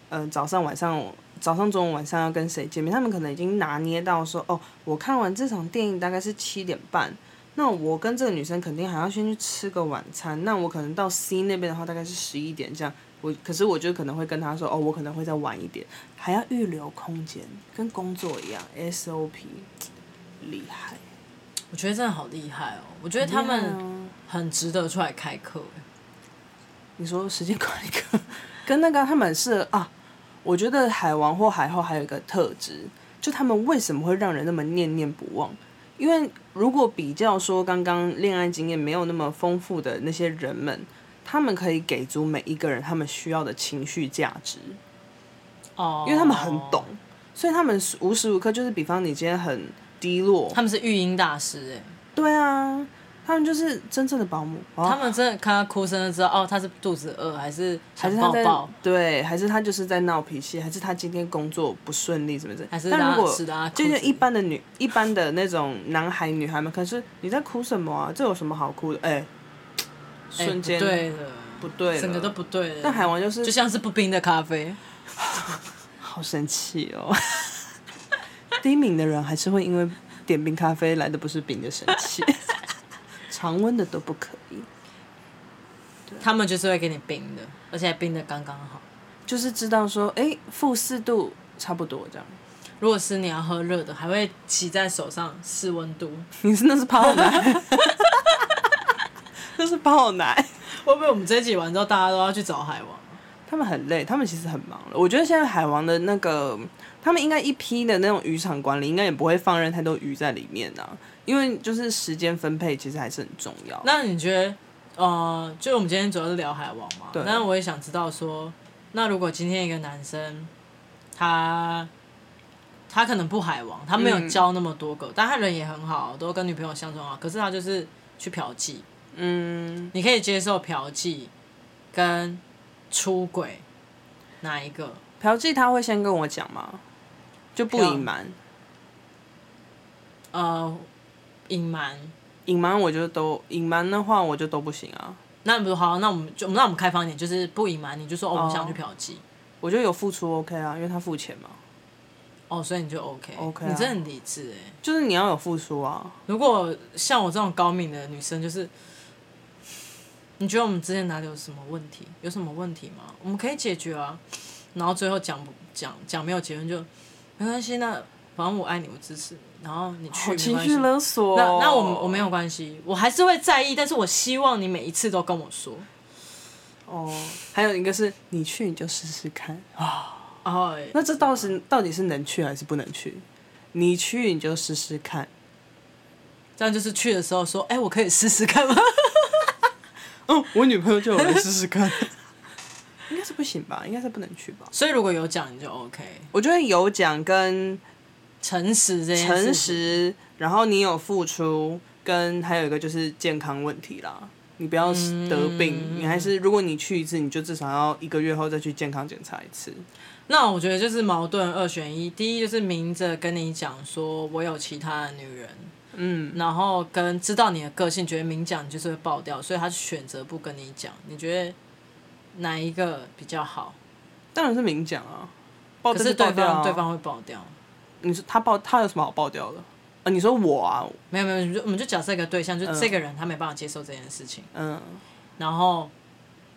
Speaker 2: 呃，早上晚上早上中午晚上要跟谁见面，他们可能已经拿捏到说，哦，我看完这场电影大概是七点半，那我跟这个女生肯定还要先去吃个晚餐，那我可能到 C 那边的话大概是十一点这样。我可是我就可能会跟她说哦，我可能会再晚一点，还要预留空间，跟工作一样 SOP，厉害。
Speaker 1: 我觉得真的好厉害哦！我觉得他们很值得出来开课。欸
Speaker 2: 你说时间管理课 跟那个他们很适合啊，我觉得海王或海后还有一个特质，就他们为什么会让人那么念念不忘？因为如果比较说刚刚恋爱经验没有那么丰富的那些人们，他们可以给足每一个人他们需要的情绪价值。
Speaker 1: 哦，
Speaker 2: 因为他们很懂，，所以他们无时无刻就是，比方你今天很低落
Speaker 1: 他，们是育婴大师哎、
Speaker 2: 对啊，他们就是真正的保姆，哦
Speaker 1: 他们真的看他哭声就知道哦，他是肚子饿还是
Speaker 2: 还
Speaker 1: 想
Speaker 2: 是他
Speaker 1: 抱
Speaker 2: 在
Speaker 1: 抱，
Speaker 2: 对，还是他就是在闹脾气，还是他今天工作不顺利，怎么怎么？
Speaker 1: 还是
Speaker 2: 但
Speaker 1: 拉
Speaker 2: 如果
Speaker 1: 屎拉裤
Speaker 2: 就
Speaker 1: 子
Speaker 2: 是一般的女，一般的那种男孩女孩们，可是你在哭什么啊？这有什么好哭的？哎、
Speaker 1: 哎
Speaker 2: 瞬间、
Speaker 1: 不对的，
Speaker 2: 不对了
Speaker 1: 整个都不对了。
Speaker 2: 但海王就是
Speaker 1: 就像是不冰的咖啡，
Speaker 2: 好神奇哦。 低敏的人还是会因为点冰咖啡来的不是冰的神奇， 常温的都不可以。
Speaker 1: 他们就是会给你冰的，而且还冰的刚刚好。
Speaker 2: 就是知道说，哎、负四度差不多这样。
Speaker 1: 如果是你要喝热的，还会骑在手上试温度。
Speaker 2: 你是那是泡奶， 那是泡奶。
Speaker 1: 会不会我们这一集完之后，大家都要去找海王？
Speaker 2: 他们很累，他们其实很忙了。我觉得现在海王的那个，他们应该一批的那种渔场管理，应该也不会放任太多鱼在里面啊，因为就是时间分配其实还是很重要。
Speaker 1: 那你觉得，呃，就我们今天主要是聊海王嘛？
Speaker 2: 对
Speaker 1: 那我也想知道说，那如果今天一个男生，他他可能不海王，他没有
Speaker 2: 嗯
Speaker 1: 交那么多个，但他人也很好，都跟女朋友相处很好，可是他就是去嫖妓。
Speaker 2: 嗯，
Speaker 1: 你可以接受嫖妓跟出轨哪一个？
Speaker 2: 嫖妓他会先跟我讲吗？就不
Speaker 1: 嫖
Speaker 2: 隐瞒，
Speaker 1: 呃，隐瞒。
Speaker 2: 隐瞒我就都隐瞒的话我就都不行啊，
Speaker 1: 那不好，那我们就那我们开放一点，就是不隐瞒，你就说哦，我
Speaker 2: 哦
Speaker 1: 想去嫖妓，
Speaker 2: 我就有付出 OK 啊，因为他付钱嘛，
Speaker 1: 哦，所以你就 OK。
Speaker 2: OK 啊
Speaker 1: 你真的很理智哎。
Speaker 2: 就是你要有付出啊。
Speaker 1: 如果像我这种高敏的女生，就是你觉得我们之间哪里有什么问题？有什么问题吗？我们可以解决啊。然后最后讲不讲讲没有结论就没关系，那反正我爱你，我支持你，然后你去
Speaker 2: 好
Speaker 1: 没
Speaker 2: 情
Speaker 1: 关
Speaker 2: 绪
Speaker 1: 系。
Speaker 2: 勒索哦、
Speaker 1: 那那我们我没有关系，我还是会在意，但是我希望你每一次都跟我说。
Speaker 2: 哦，还有一个是你去你就试试看，
Speaker 1: 哦，
Speaker 2: 那这到时到底是能去还是不能去？你去你就试试看，
Speaker 1: 这样就是去的时候说，哎、我可以试试看吗？
Speaker 2: 哦，我女朋友叫我来试试看， 应该是不行吧？应该是不能去吧？
Speaker 1: 所以如果有讲，你就 OK，
Speaker 2: 我觉得有奖跟
Speaker 1: 诚实这件事情
Speaker 2: 诚，实，然后你有付出，跟还有一个就是健康问题啦。你不要得病，你还是如果你去一次，你就至少要一个月后再去健康检查一次。
Speaker 1: 那我觉得就是矛盾二选一。第一就是明着跟你讲说我有其他的女人，
Speaker 2: 嗯，
Speaker 1: 然后跟知道你的个性，觉得明讲你就是会爆掉，所以他选择不跟你讲。你觉得哪一个比较好？
Speaker 2: 当然是明讲啊，爆
Speaker 1: 可
Speaker 2: 就是
Speaker 1: 对
Speaker 2: 爆掉、
Speaker 1: 方、
Speaker 2: 啊、
Speaker 1: 对方会爆掉。
Speaker 2: 你说他爆，他有什么好爆掉的？啊，你说我啊，
Speaker 1: 没有没有，我们就我们就假设一个对象，就
Speaker 2: 嗯
Speaker 1: 这个人他没办法接受这件事情，
Speaker 2: 嗯，
Speaker 1: 然后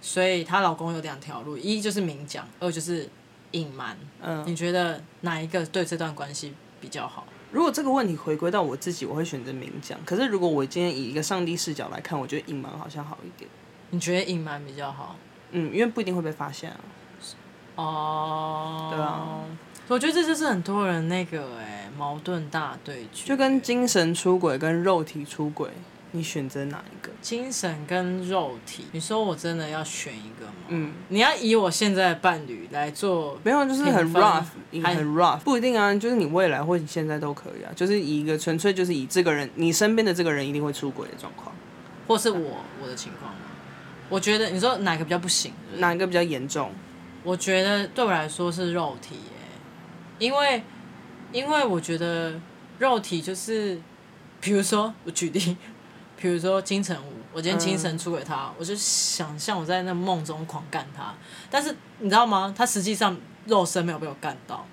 Speaker 1: 所以她老公有两条路，一就是明讲，二就是隐瞒。
Speaker 2: 嗯
Speaker 1: 你觉得哪一个对这段关系比较好？
Speaker 2: 如果这个问题回归到我自己，我会选择明讲。可是如果我今天以一个上帝视角来看，我觉得隐瞒好像好一点。
Speaker 1: 你觉得隐瞒比较好？
Speaker 2: 嗯，因为不一定会被发现啊。
Speaker 1: 哦，
Speaker 2: 对啊，
Speaker 1: 我觉得这就是很多人那个哎、矛盾大对决，
Speaker 2: 就跟精神出轨跟肉体出轨，你选择哪一个？
Speaker 1: 精神跟肉体。你说我真的要选一个吗？
Speaker 2: 嗯，
Speaker 1: 你要以我现在的伴侣来做，
Speaker 2: 没有，就是很
Speaker 1: 评分
Speaker 2: rough，你
Speaker 1: 还
Speaker 2: 很 rough，不一定啊，就是你未来或你现在都可以啊，就是以一个纯粹就是以这个人，你身边的这个人一定会出轨的状况，
Speaker 1: 或是我我的情况吗？我觉得你说哪个比较不行？是不是
Speaker 2: 哪一个比较严重？
Speaker 1: 我觉得对我来说是肉体、欸，因为因为我觉得肉体就是，比如说我举例，比如说金城武，我今天精神出轨他，我就想象我在那梦中狂干他，但是你知道吗？他实际上肉身没有被我干到。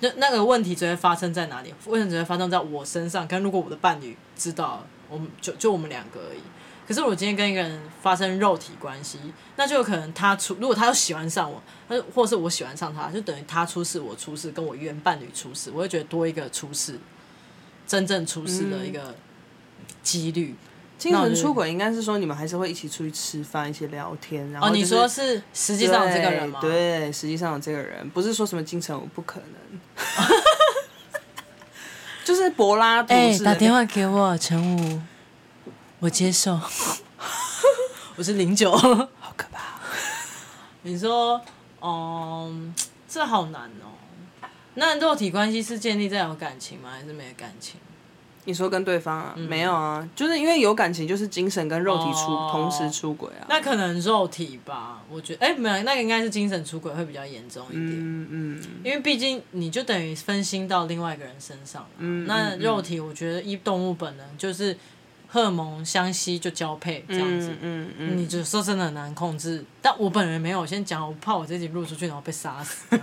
Speaker 1: 那那个问题只会发生在哪里？问题只会发生在我身上。跟如果我的伴侣知道了，我们就就我们两个而已。可是我今天跟一个人发生肉体关系，那就有可能他出，如果他又喜欢上我，他或是我喜欢上他，就等于他出事，我出事，跟我原伴侣出事，我会觉得多一个出事，真正出事的一
Speaker 2: 嗯
Speaker 1: 个几率。
Speaker 2: 精
Speaker 1: 那我
Speaker 2: 神
Speaker 1: 就
Speaker 2: 出轨应该是说你们还是会一起出去吃饭，一起聊天，然后、
Speaker 1: 哦，
Speaker 2: 就是、
Speaker 1: 你说是实际上有这个人吗？
Speaker 2: 对，对实际上有这个人，不是说什么金城武不可能，就是柏拉图式的那种
Speaker 1: 哎话给我，陈武，我接受。 我是零九，
Speaker 2: 好可怕。
Speaker 1: 你说，嗯，这好难哦。那肉体关系是建立在有感情吗？还是没有感情？
Speaker 2: 你说跟对方啊？没有啊，就是因为有感情，就是精神跟肉体出、
Speaker 1: 哦
Speaker 2: 同时出轨啊。
Speaker 1: 那可能肉体吧，我觉得，哎、没有，那个应该是精神出轨会比较严重一点，
Speaker 2: 嗯嗯
Speaker 1: 因为毕竟你就等于分心到另外一个人身上、嗯，那肉体，我觉得依动物本能就是荷尔蒙相吸就交配这样子，
Speaker 2: 嗯嗯嗯，
Speaker 1: 你就说真的很难控制，但我本人没有。我先讲，我怕我自己录出去然后被杀死。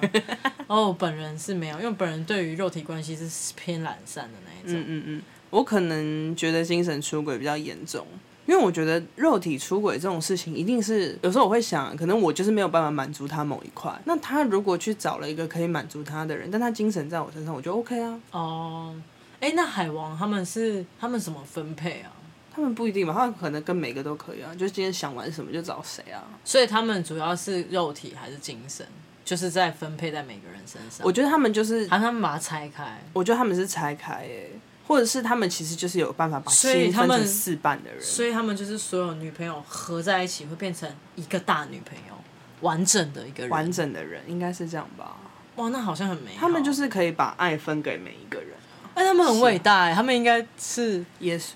Speaker 1: 哦，我本人是没有，因为我本人对于肉体关系是偏懒散的那一种。
Speaker 2: 嗯嗯嗯，我可能觉得精神出轨比较严重。因为我觉得肉体出轨这种事情，一定是有时候我会想，可能我就是没有办法满足他某一块。那他如果去找了一个可以满足他的人，但他精神在我身上，我就 OK 啊。
Speaker 1: 哦，哎、那海王他们是他们怎么分配啊？
Speaker 2: 他们不一定嘛，他们可能跟每个都可以啊，就是今天想玩什么就找谁啊。
Speaker 1: 所以他们主要是肉体还是精神，就是在分配在每个人身上。
Speaker 2: 我觉得他们就是，
Speaker 1: 好像他们把它拆开，
Speaker 2: 我觉得他们是拆开诶、或者是他们其实就是有办法把
Speaker 1: 所以
Speaker 2: 心
Speaker 1: 他
Speaker 2: 分
Speaker 1: 们
Speaker 2: 成四半的人。
Speaker 1: 所以他们就是所有女朋友合在一起会变成一个大女朋友，完整的一个人。
Speaker 2: 完整的人应该是这样吧？
Speaker 1: 哇，那好像很美好。哦
Speaker 2: 他们就是可以把爱分给每一个人。
Speaker 1: 哎、他们很伟大哎，他们应该是
Speaker 2: 耶稣，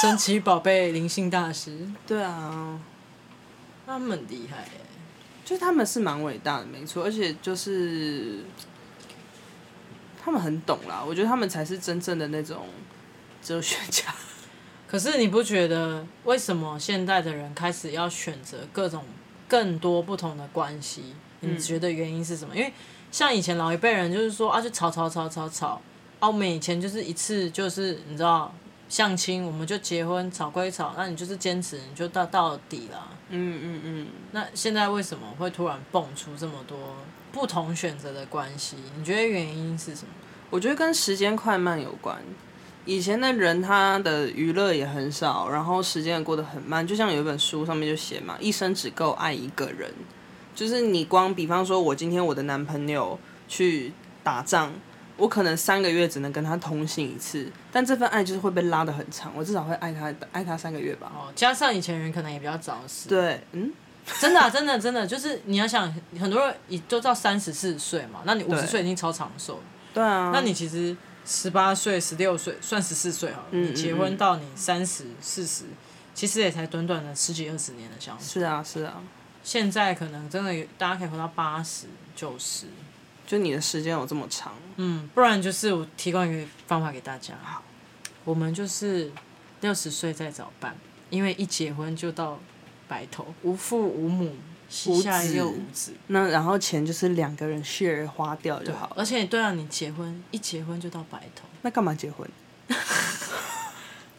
Speaker 1: 神奇宝贝灵性大师，
Speaker 2: 对啊，
Speaker 1: 他们很厉害哎。
Speaker 2: 就是他们是蛮伟大的，没错，而且就是他们很懂啦，我觉得他们才是真正的那种哲学家。
Speaker 1: 可是你不觉得为什么现代的人开始要选择各种更多不同的关系？你觉得原因是什么？因为像以前老一辈人就是说啊，就吵吵吵吵吵，啊，我们以前就是一次就是你知道相亲，我们就结婚，吵归吵，那你就是坚持，你就到到底啦。
Speaker 2: 嗯嗯嗯，
Speaker 1: 那现在为什么会突然蹦出这么多不同选择的关系？你觉得原因是什么？
Speaker 2: 我觉得跟时间快慢有关。以前的人他的娱乐也很少，然后时间也过得很慢。就像有一本书上面就写嘛，一生只够爱一个人，就是你光比方说，我今天我的男朋友去打仗，我可能三个月只能跟他通信一次，但这份爱就是会被拉得很长。我至少会爱他爱他三个月吧。
Speaker 1: 哦，加上以前人可能也比较早死，
Speaker 2: 对，嗯，
Speaker 1: 真的、啊， 真的，真的，就是你要想，很多人已都到三十四岁嘛，那你五
Speaker 2: 对
Speaker 1: 十岁已经超长寿了，
Speaker 2: 对啊。
Speaker 1: 那你其实十八岁、十六岁算十四岁好了，
Speaker 2: 嗯
Speaker 1: 你结婚到你三十四十，其实也才短短的十几二十年的相处。
Speaker 2: 是啊是啊，
Speaker 1: 现在可能真的有大家可以活到八十、九十，
Speaker 2: 就你的时间有这么长，
Speaker 1: 嗯，不然就是我提供一个方法给大家，我们就是六十岁再找伴，因为一结婚就到白头，无父无母，膝下
Speaker 2: 无子
Speaker 1: 又无子。
Speaker 2: 那然后钱就是两个人 share 花掉就好了。
Speaker 1: 而且对啊，你结婚一结婚就到白头，
Speaker 2: 那干嘛结婚？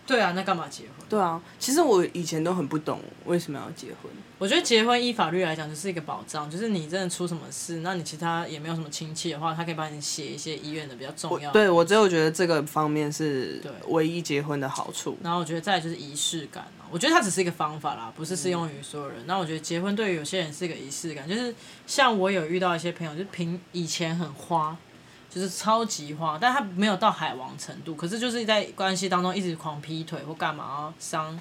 Speaker 1: 对啊，那干嘛结婚？
Speaker 2: 对啊，其实我以前都很不懂为什么要结婚。
Speaker 1: 我觉得结婚依法律来讲就是一个保障，就是你真的出什么事，那你其他也没有什么亲戚的话，他可以帮你写一些医院的比较重
Speaker 2: 我
Speaker 1: 要。
Speaker 2: 对我啊只有觉得这个方面是
Speaker 1: 对
Speaker 2: 唯一结婚的好处。
Speaker 1: 然后我觉得再来就是仪式感嘛，我觉得它只是一个方法啦，不是适用
Speaker 2: 嗯
Speaker 1: 于所有人。那我觉得结婚对于有些人是一个仪式感，就是像我有遇到一些朋友，就平以前很花，就是超级花，但他没有到海王程度，可是就是在关系当中一直狂劈腿或干嘛，然后伤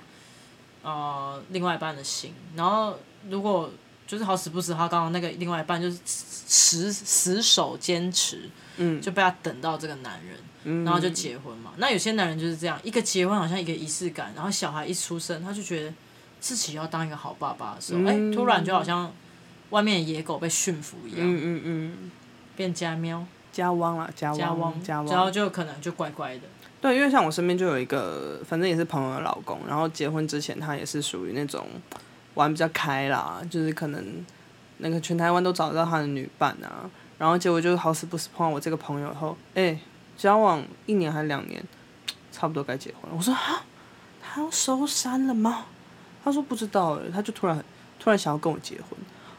Speaker 1: 呃另外一半的心。然后如果就是好死不死，他刚好那个另外一半就是死死守坚持，
Speaker 2: 嗯，
Speaker 1: 就被他等到这个男人。然后就结婚嘛。那有些男人就是这样，一个结婚好像一个仪式感，然后小孩一出生，他就觉得自己要当一个好爸爸的时
Speaker 2: 嗯
Speaker 1: 候，哎、突然就好像外面的野狗被驯服一样，
Speaker 2: 嗯嗯嗯，
Speaker 1: 变家喵、
Speaker 2: 家汪啦，家
Speaker 1: 家
Speaker 2: 汪
Speaker 1: 汪，
Speaker 2: 家
Speaker 1: 然后
Speaker 2: 汪。
Speaker 1: 就可能就乖乖的。
Speaker 2: 对，因为像我身边就有一个，反正也是朋友的老公，然后结婚之前他也是属于那种玩比较开啦，就是可能那个全台湾都找得到他的女伴啊，然后结果就好死不死碰到我这个朋友以后，哎、交往一年还两年，差不多该结婚了。我说啊，他要收山了吗？他说不知道哎，他就突然突然想要跟我结婚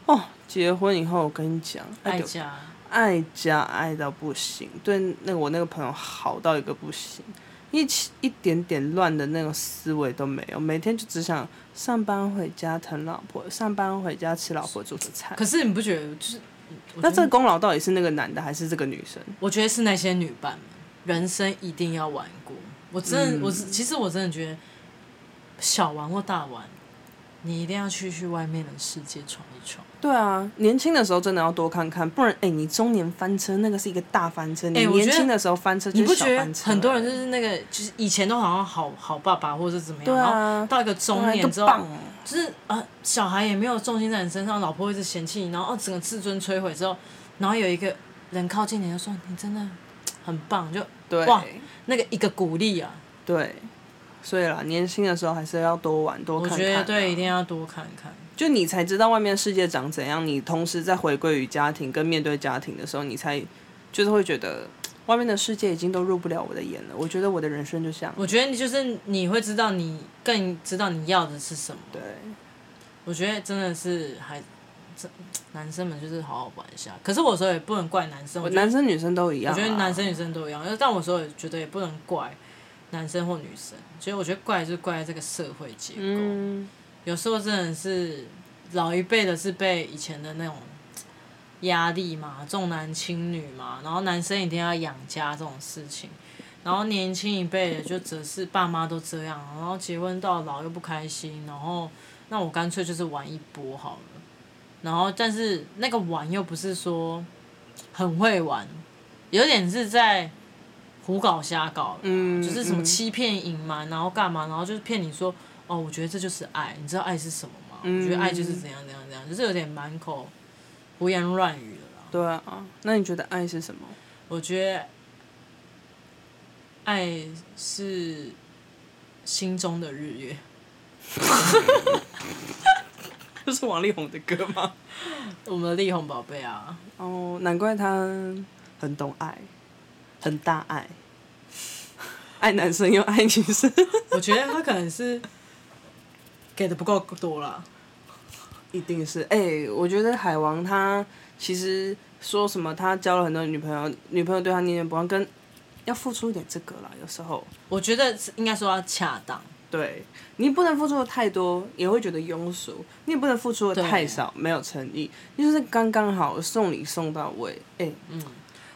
Speaker 2: 哦。结婚以后，我跟你讲，哎
Speaker 1: 爱
Speaker 2: 呦
Speaker 1: 家，
Speaker 2: 爱家爱到不行，对那个我那个朋友好到一个不行，一起一点点乱的那种思维都没有，每天就只想上班回家疼老婆，上班回家吃老婆做的菜。
Speaker 1: 可是你不觉得就是？我
Speaker 2: 哎那
Speaker 1: 觉
Speaker 2: 这
Speaker 1: 得
Speaker 2: 个功劳到底是那个男的还是这个女生？
Speaker 1: 我觉得是那些女伴们，人生一定要玩过。我真的，
Speaker 2: 嗯
Speaker 1: 我是其实我真的觉得，小玩或大玩，你一定要去去外面的世界闯一闯。
Speaker 2: 对啊，年轻的时候真的要多看看，不然哎、你中年翻车那个是一个大翻车，你
Speaker 1: 哎我觉得
Speaker 2: 年轻的时候翻车
Speaker 1: 你
Speaker 2: 就
Speaker 1: 不
Speaker 2: 是小
Speaker 1: 觉
Speaker 2: 翻
Speaker 1: 得
Speaker 2: 车、
Speaker 1: 很多人
Speaker 2: 哎
Speaker 1: 就是那个，就是以前都好像好好爸爸或者是怎么样，
Speaker 2: 对
Speaker 1: 然后
Speaker 2: 啊，
Speaker 1: 到一个中年之后，
Speaker 2: 棒
Speaker 1: 就是啊、呃小孩也没有重心在你身上，老婆一直嫌弃你，然后哦整个自尊摧毁之后，然后有一个人靠近你就说你真的很棒，就
Speaker 2: 对
Speaker 1: 哇那个一个鼓励啊，
Speaker 2: 对，所以啦，年轻的时候还是要多玩多
Speaker 1: 我
Speaker 2: 看看啊、
Speaker 1: 觉得对，一定要多看看。
Speaker 2: 就你才知道外面世界长怎样，你同时在回归于家庭跟面对家庭的时候，你才就是会觉得外面的世界已经都入不了我的眼了。我觉得我的人生就像
Speaker 1: 我觉得你就是你会知道你更知道你要的是什么。
Speaker 2: 对，
Speaker 1: 我觉得真的是还。这男生们就是好好玩一下，可是我有时候也不能怪男生，我
Speaker 2: 我
Speaker 1: 觉得
Speaker 2: 男生女生都一样
Speaker 1: 我
Speaker 2: 啊。
Speaker 1: 觉得男生女生都一样，但我说觉得也不能怪男生或女生，其实我觉得怪就是怪在这个社会结构，
Speaker 2: 嗯，
Speaker 1: 有时候真的是老一辈的是被以前的那种压力嘛，重男轻女嘛，然后男生一定要养家这种事情，然后年轻一辈的就只是爸妈都这样，然后结婚到老又不开心，然后那我干脆就是玩一波好了，然后但是那个玩又不是说很会玩，有点是在胡搞瞎搞，
Speaker 2: 嗯
Speaker 1: 就是什么
Speaker 2: 嗯
Speaker 1: 欺骗、隐瞒，然后干嘛，然后就是骗你说，哦，我觉得这就是爱，你知道爱是什么吗？我觉得爱
Speaker 2: 嗯
Speaker 1: 就是怎样怎样怎样，就是有点满口胡言乱语了啦。
Speaker 2: 对啊。那你觉得爱是什么？
Speaker 1: 我觉得爱是心中的日月，
Speaker 2: 这是王力宏的歌吗？
Speaker 1: 我们的力宏宝贝啊，
Speaker 2: 哦，难怪他很懂爱，很大爱， 爱男生又爱女生，
Speaker 1: 我觉得他可能是给的不够多啦。
Speaker 2: 一定是哎、我觉得海王他其实说什么他交了很多女朋友，女朋友对他念念不忘，跟要付出一点这个啦，有时候
Speaker 1: 我觉得是应该说要恰当，
Speaker 2: 对你不能付出的太多，也会觉得庸俗；你也不能付出的
Speaker 1: 对
Speaker 2: 太少，没有诚意，你就是刚刚好送礼送到位。哎、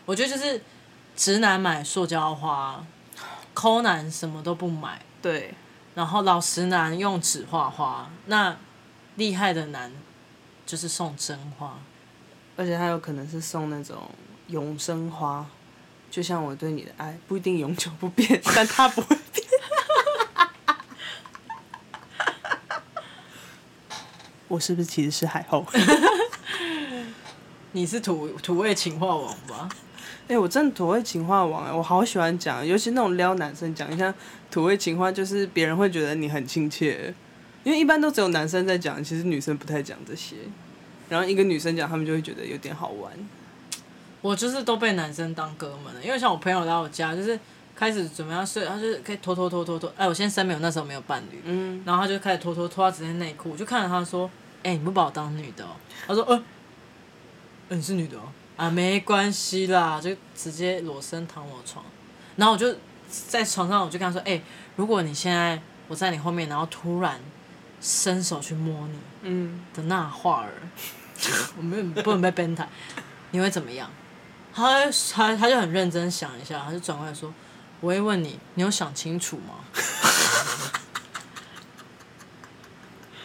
Speaker 1: 我觉得就是直男买塑胶花，抠男什么都不买，
Speaker 2: 对，
Speaker 1: 然后老实男用纸画花，那厉害的男就是送真花。
Speaker 2: 而且他有可能是送那种永生花，就像我对你的爱不一定永久不变， 但他不会变。 我是不是其实是海 后？哎、
Speaker 1: 你是土土味情话王吧？
Speaker 2: 哎我真的土味情话王哎、我好喜欢讲，尤其那种撩男生讲一下土味情话，就是别人会觉得你很亲切，因为一般都只有男生在讲，其实女生不太讲这些。然后一个女生讲，他们就会觉得有点好玩。
Speaker 1: 我就是都被男生当哥们了，因为像我朋友来我家，就是开始准备要睡，他就是可以拖拖拖拖拖。哎，我现在三秒，那时候没有伴侣，
Speaker 2: 嗯，
Speaker 1: 然后他就开始拖拖拖到直接内裤，我就看着他说：“哎、你不把我当女的、哦？”他说：“呃，呃你是女的、哦、啊，没关系啦，就直接裸身躺我床。”然后我就在床上，我就跟他说：“哎、如果你现在我在你后面，然后突然伸手去摸你
Speaker 2: 嗯，
Speaker 1: 的那话儿，我们不能被编台，你会怎么样？”他他他就很认真想一下，他就转过来说：“我会问你，你有想清楚吗？”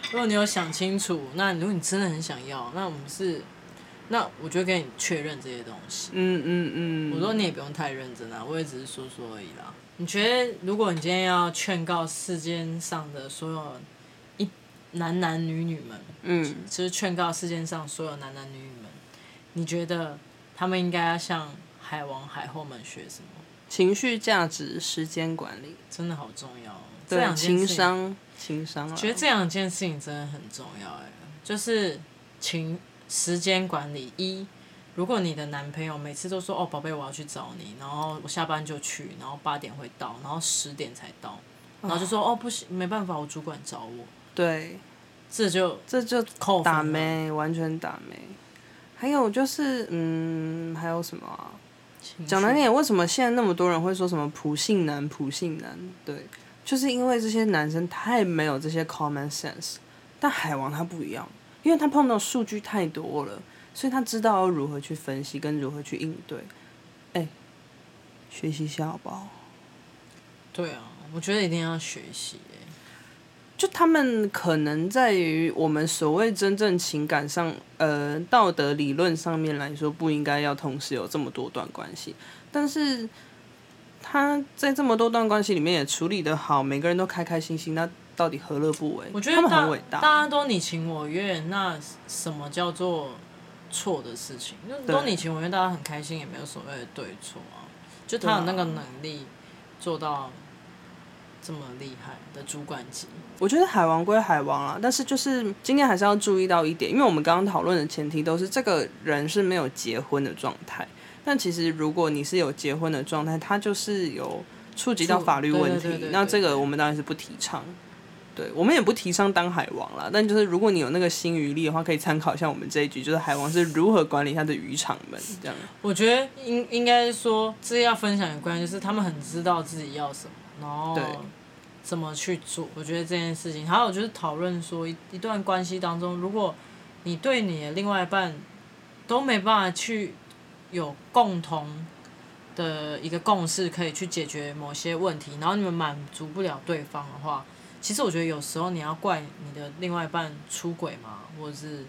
Speaker 1: 如果你有想清楚，那如果你真的很想要，那我们是，那我就跟你确认这些东西。
Speaker 2: 嗯嗯嗯，
Speaker 1: 我说你也不用太认真啊啦，我也只是说说而已啦。你觉得，如果你今天要劝告世间上的所有一男男女女们，
Speaker 2: 嗯，
Speaker 1: 就是劝告世界上所有男男女女们，你觉得他们应该要向海王海后们学什么？
Speaker 2: 情绪价值、时间管理，
Speaker 1: 真的好重要、哦。这
Speaker 2: 对
Speaker 1: 两件
Speaker 2: 情
Speaker 1: 事情
Speaker 2: 商，情商啊，
Speaker 1: 觉得这两件事情真的很重要哎，就是情时间管理一。如果你的男朋友每次都说哦宝贝我要去找你，然后我下班就去，然后八点会到，然后十点才到，然后就说哦不行没办法我主管找我，
Speaker 2: 对，
Speaker 1: 这就
Speaker 2: 这就
Speaker 1: 扣分
Speaker 2: 打
Speaker 1: 了
Speaker 2: 妹，完全打妹。还有就是，嗯，还有什么啊？
Speaker 1: 情绪
Speaker 2: 讲难听点，为什么现在那么多人会说什么普信男、普信男？对，就是因为这些男生太没有这些 common sense。但海王他不一样，因为他碰到数据太多了，所以他知道要如何去分析跟如何去应对。哎、学习一下好不好？
Speaker 1: 对啊，我觉得一定要学习哎。
Speaker 2: 就他们可能在于我们所谓真正情感上，呃，道德理论上面来说，不应该要同时有这么多段关系。但是他在这么多段关系里面也处理得好，每个人都开开心心，那到底何乐不为？
Speaker 1: 我觉得大
Speaker 2: 他们很伟
Speaker 1: 大
Speaker 2: 大。
Speaker 1: 家都你情我愿，那什么叫做错的事情？就
Speaker 2: 对
Speaker 1: 都你情我愿，大家很开心，也没有所谓的对错啊。就他有那个
Speaker 2: 啊
Speaker 1: 能力做到这么厉害的主管级，
Speaker 2: 我觉得海王归海王啦，但是就是今天还是要注意到一点，因为我们刚刚讨论的前提都是这个人是没有结婚的状态。但其实如果你是有结婚的状态，他就是有触及到
Speaker 1: 触
Speaker 2: 法律
Speaker 1: 对
Speaker 2: 问
Speaker 1: 对
Speaker 2: 题，
Speaker 1: 对对
Speaker 2: 那
Speaker 1: 对对
Speaker 2: 这个我们当然是不提倡。对，我们也不提倡当海王啦，但就是如果你有那个心余力的话，可以参考一下我们这一局，就是海王是如何管理他的渔场们这样。
Speaker 1: 我觉得应应该说，这要分享的观念就是他们很知道自己要什么，然后
Speaker 2: 对
Speaker 1: 怎么去做。我觉得这件事情，还有就是讨论说一一段关系当中，如果你对你的另外一半都没办法去有共同的一个共识，可以去解决某些问题，然后你们满足不了对方的话，其实我觉得有时候你要怪你的另外一半出轨嘛，或者是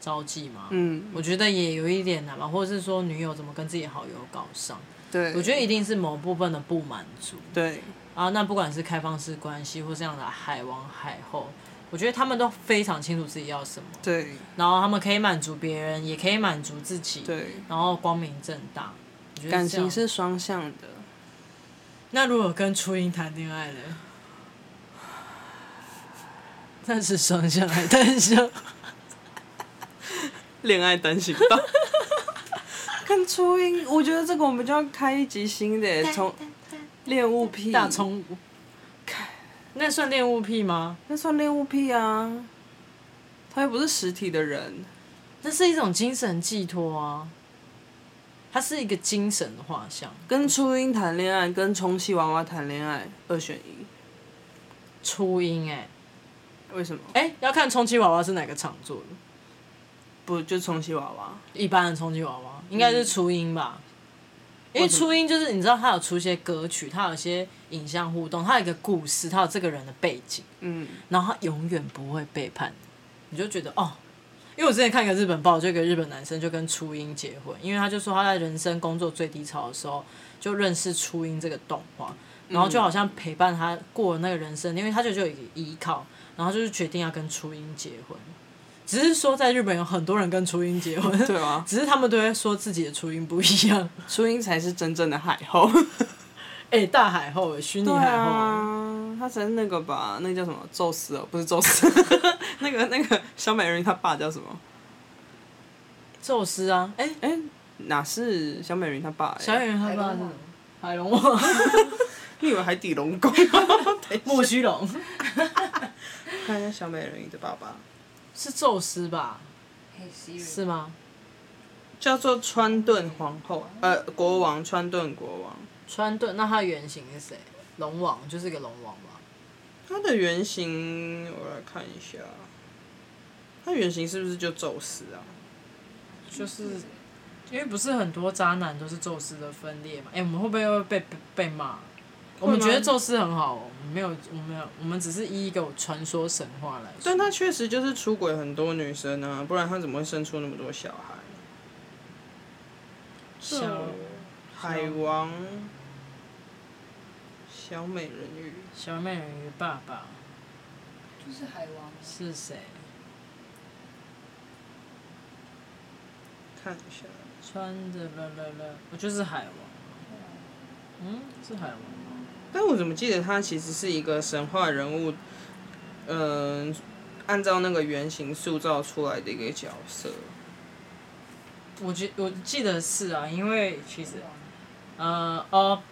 Speaker 1: 招妓嘛，
Speaker 2: 嗯，
Speaker 1: 我觉得也有一点难吧，或者是说女友怎么跟自己好友搞上？
Speaker 2: 对，
Speaker 1: 我觉得一定是某部分的不满足
Speaker 2: 对，
Speaker 1: 啊。那不管是开放式关系或这样的海王海后，我觉得他们都非常清楚自己要什么，
Speaker 2: 对，
Speaker 1: 然后他们可以满足别人，也可以满足自己，
Speaker 2: 对，
Speaker 1: 然后光明正大。我觉得
Speaker 2: 感
Speaker 1: 这样
Speaker 2: 情是双向的。
Speaker 1: 那如果跟初音谈恋爱呢？那是双向爱，但是
Speaker 2: 恋爱单行道。看初音，我觉得这个我们就要开一集新的耶，从恋物癖
Speaker 1: 大，葱，那算恋物癖吗？
Speaker 2: 那算恋物癖啊。他又不是实体的人，
Speaker 1: 那是一种精神寄托啊，它是一个精神的画像。
Speaker 2: 跟初音谈恋爱，跟充气娃娃谈恋爱，二选一，
Speaker 1: 初音哎、
Speaker 2: 为什么？
Speaker 1: 哎、要看充气娃娃是哪个厂做的，
Speaker 2: 不就充气娃娃？
Speaker 1: 一般的充气娃娃应该是初音吧。因为初音就是你知道，它有出一些歌曲，它有一些影像互动，它有一个故事，它有这个人的背景，
Speaker 2: 嗯，
Speaker 1: 然后它永远不会背叛你，你就觉得哦。因为我之前看一个日本报，就有一个日本男生就跟初音结婚，因为他就说他在人生工作最低潮的时候就认识初音这个动画，然后就好像陪伴他过了那个人生，因为他就就有一个依靠，然后就是决定要跟初音结婚。只是说在日本有很多人跟初音结婚，
Speaker 2: 对啊，
Speaker 1: 只是他们都会说自己的初音不一样。
Speaker 2: 初音才是真正的海 后。
Speaker 1: 哎、大海后，虚拟
Speaker 2: 对
Speaker 1: 海后，
Speaker 2: 啊，他才是那个吧？那叫什么？宙斯哦，不是宙斯， 那个那个小美人鱼他爸叫什么？
Speaker 1: 宙斯啊，哎、
Speaker 2: 哎、哪是小美人鱼他爸、欸？
Speaker 1: 小演员他
Speaker 3: 海
Speaker 1: 爸
Speaker 3: 龙
Speaker 1: 是
Speaker 3: 王
Speaker 1: 海龙王，
Speaker 2: 你以为海底龙 宫？
Speaker 1: 莫须龙
Speaker 2: 看一下小美人鱼的爸爸，
Speaker 1: 是宙斯吧？
Speaker 3: 嘿，Siri，
Speaker 1: 是吗？
Speaker 2: 叫做川顿皇后，呃，国王川顿国王。
Speaker 1: 川顿，那他的原型是谁？龙王就是个龙王吧？
Speaker 2: 它的原型我来看一下，它原型是不是就宙斯啊？
Speaker 1: 就是因为不是很多渣男都是宙斯的分裂嘛？哎、我们会不会又被被被骂？我们觉得宙斯很好、哦，我们没有，我们没有，我们只是依一个传说神话来说。
Speaker 2: 但他确实就是出轨很多女生啊，不然他怎么会生出那么多小孩？
Speaker 1: 小
Speaker 2: 海王、小美人鱼，
Speaker 1: 小美人鱼爸爸
Speaker 3: 就是海王，
Speaker 1: 是谁？
Speaker 2: 看一下，
Speaker 1: 穿着了了了，我就是海王。
Speaker 3: 啊
Speaker 1: 嗯，是海王吗？
Speaker 2: 但我怎么记得他其实是一个神话人物，嗯、按照那个原型塑造出来的一个角色。
Speaker 1: 我记我记得是啊，因为其实呃哦，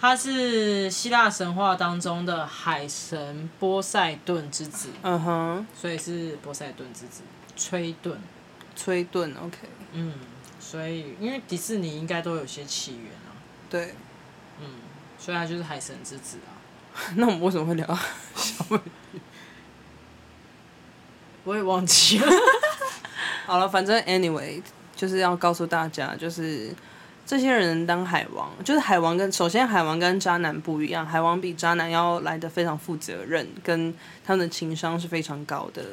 Speaker 1: 他是希腊神话当中的海神波塞顿之子，
Speaker 2: 嗯哼，
Speaker 1: 所以是波塞顿之子崔顿。
Speaker 2: 崔顿，OK，
Speaker 1: 嗯，所以因为迪士尼应该都有些起源啊，
Speaker 2: 对。
Speaker 1: 嗯，所以他就是海神之子啊。
Speaker 2: 那我们为什么会聊 到小美？
Speaker 1: 我也忘记了。
Speaker 2: 好了，反正 anyway 就是要告诉大家，就是这些人当海王，就是海王跟首先海王跟渣男不一样，海王比渣男要来的非常负责任，跟他们的情商是非常高的，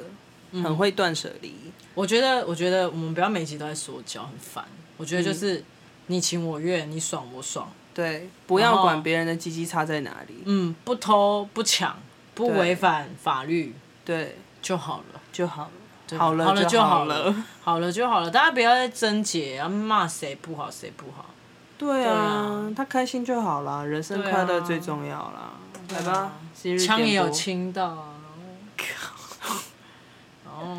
Speaker 2: 很会断舍离。
Speaker 1: 我觉得，我觉得我们不要每集都在说教，很烦。我觉得就是、你情我愿，你爽我爽，
Speaker 2: 对，不
Speaker 1: 然
Speaker 2: 要
Speaker 1: 后
Speaker 2: 管别人的鸡鸡差在哪里，
Speaker 1: 嗯，不偷不抢，不
Speaker 2: 对
Speaker 1: 违反法律
Speaker 2: 对
Speaker 1: 就好了。
Speaker 2: 就好了。
Speaker 1: 对
Speaker 2: 好了
Speaker 1: 好了
Speaker 2: 就
Speaker 1: 好
Speaker 2: 了，
Speaker 1: 好了就好了，大家不要再争结，要骂谁不好谁不好。
Speaker 2: 对啊
Speaker 1: 啊，
Speaker 2: 他开心就好啦，人生
Speaker 1: 对
Speaker 2: 快乐
Speaker 1: 啊
Speaker 2: 最重要啦。来
Speaker 1: 啊
Speaker 2: 吧，今日
Speaker 1: 枪
Speaker 2: 点
Speaker 1: 也有
Speaker 2: 播
Speaker 1: 亲到啊，然后，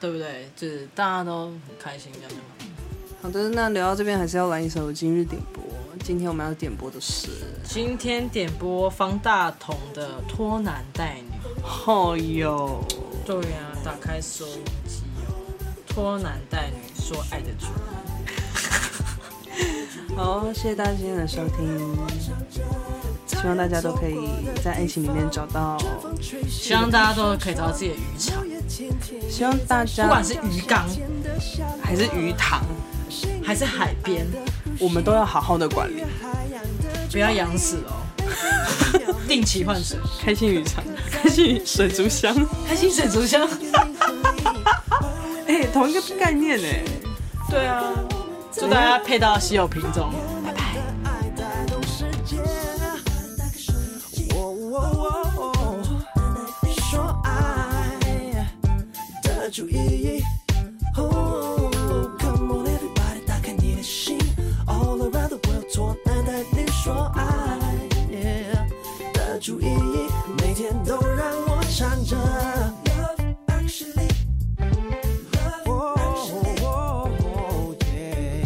Speaker 1: 对不对？就是大家都很开心这样就好。
Speaker 2: 好的，那聊到这边还是要来一首今日点播。今天我们要点播的是
Speaker 1: 今天点播方大同的《拖男带女》。
Speaker 2: 《哦哟》，
Speaker 1: 对呀、打开收音机哦，拖男带女说爱的主人。
Speaker 2: 好，谢谢大家今天的收听，希望大家都可以在爱情里面找到，
Speaker 1: 希望大家都可以找到自己的渔场，
Speaker 2: 希望大
Speaker 1: 不
Speaker 2: 家
Speaker 1: 管是鱼缸
Speaker 2: 还是鱼塘，
Speaker 1: 还是海边，
Speaker 2: 我们都要好好的管理，
Speaker 1: 不要养死哦。 定期换水，
Speaker 2: 开心渔场，开心水族箱，
Speaker 1: 开心水族箱。
Speaker 2: 哎、同一个概念哎、
Speaker 1: 对啊，祝大家配到稀有品种。
Speaker 4: 爱带动世界。哦哦哦，说爱的主意。哦，Come on everybody，打开你的心，All around the world，做男带女说爱的主意，每天都让我唱着。Love actually。哦哦哦耶！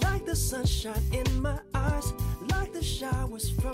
Speaker 4: like the sunshine in my eyes, like the showers from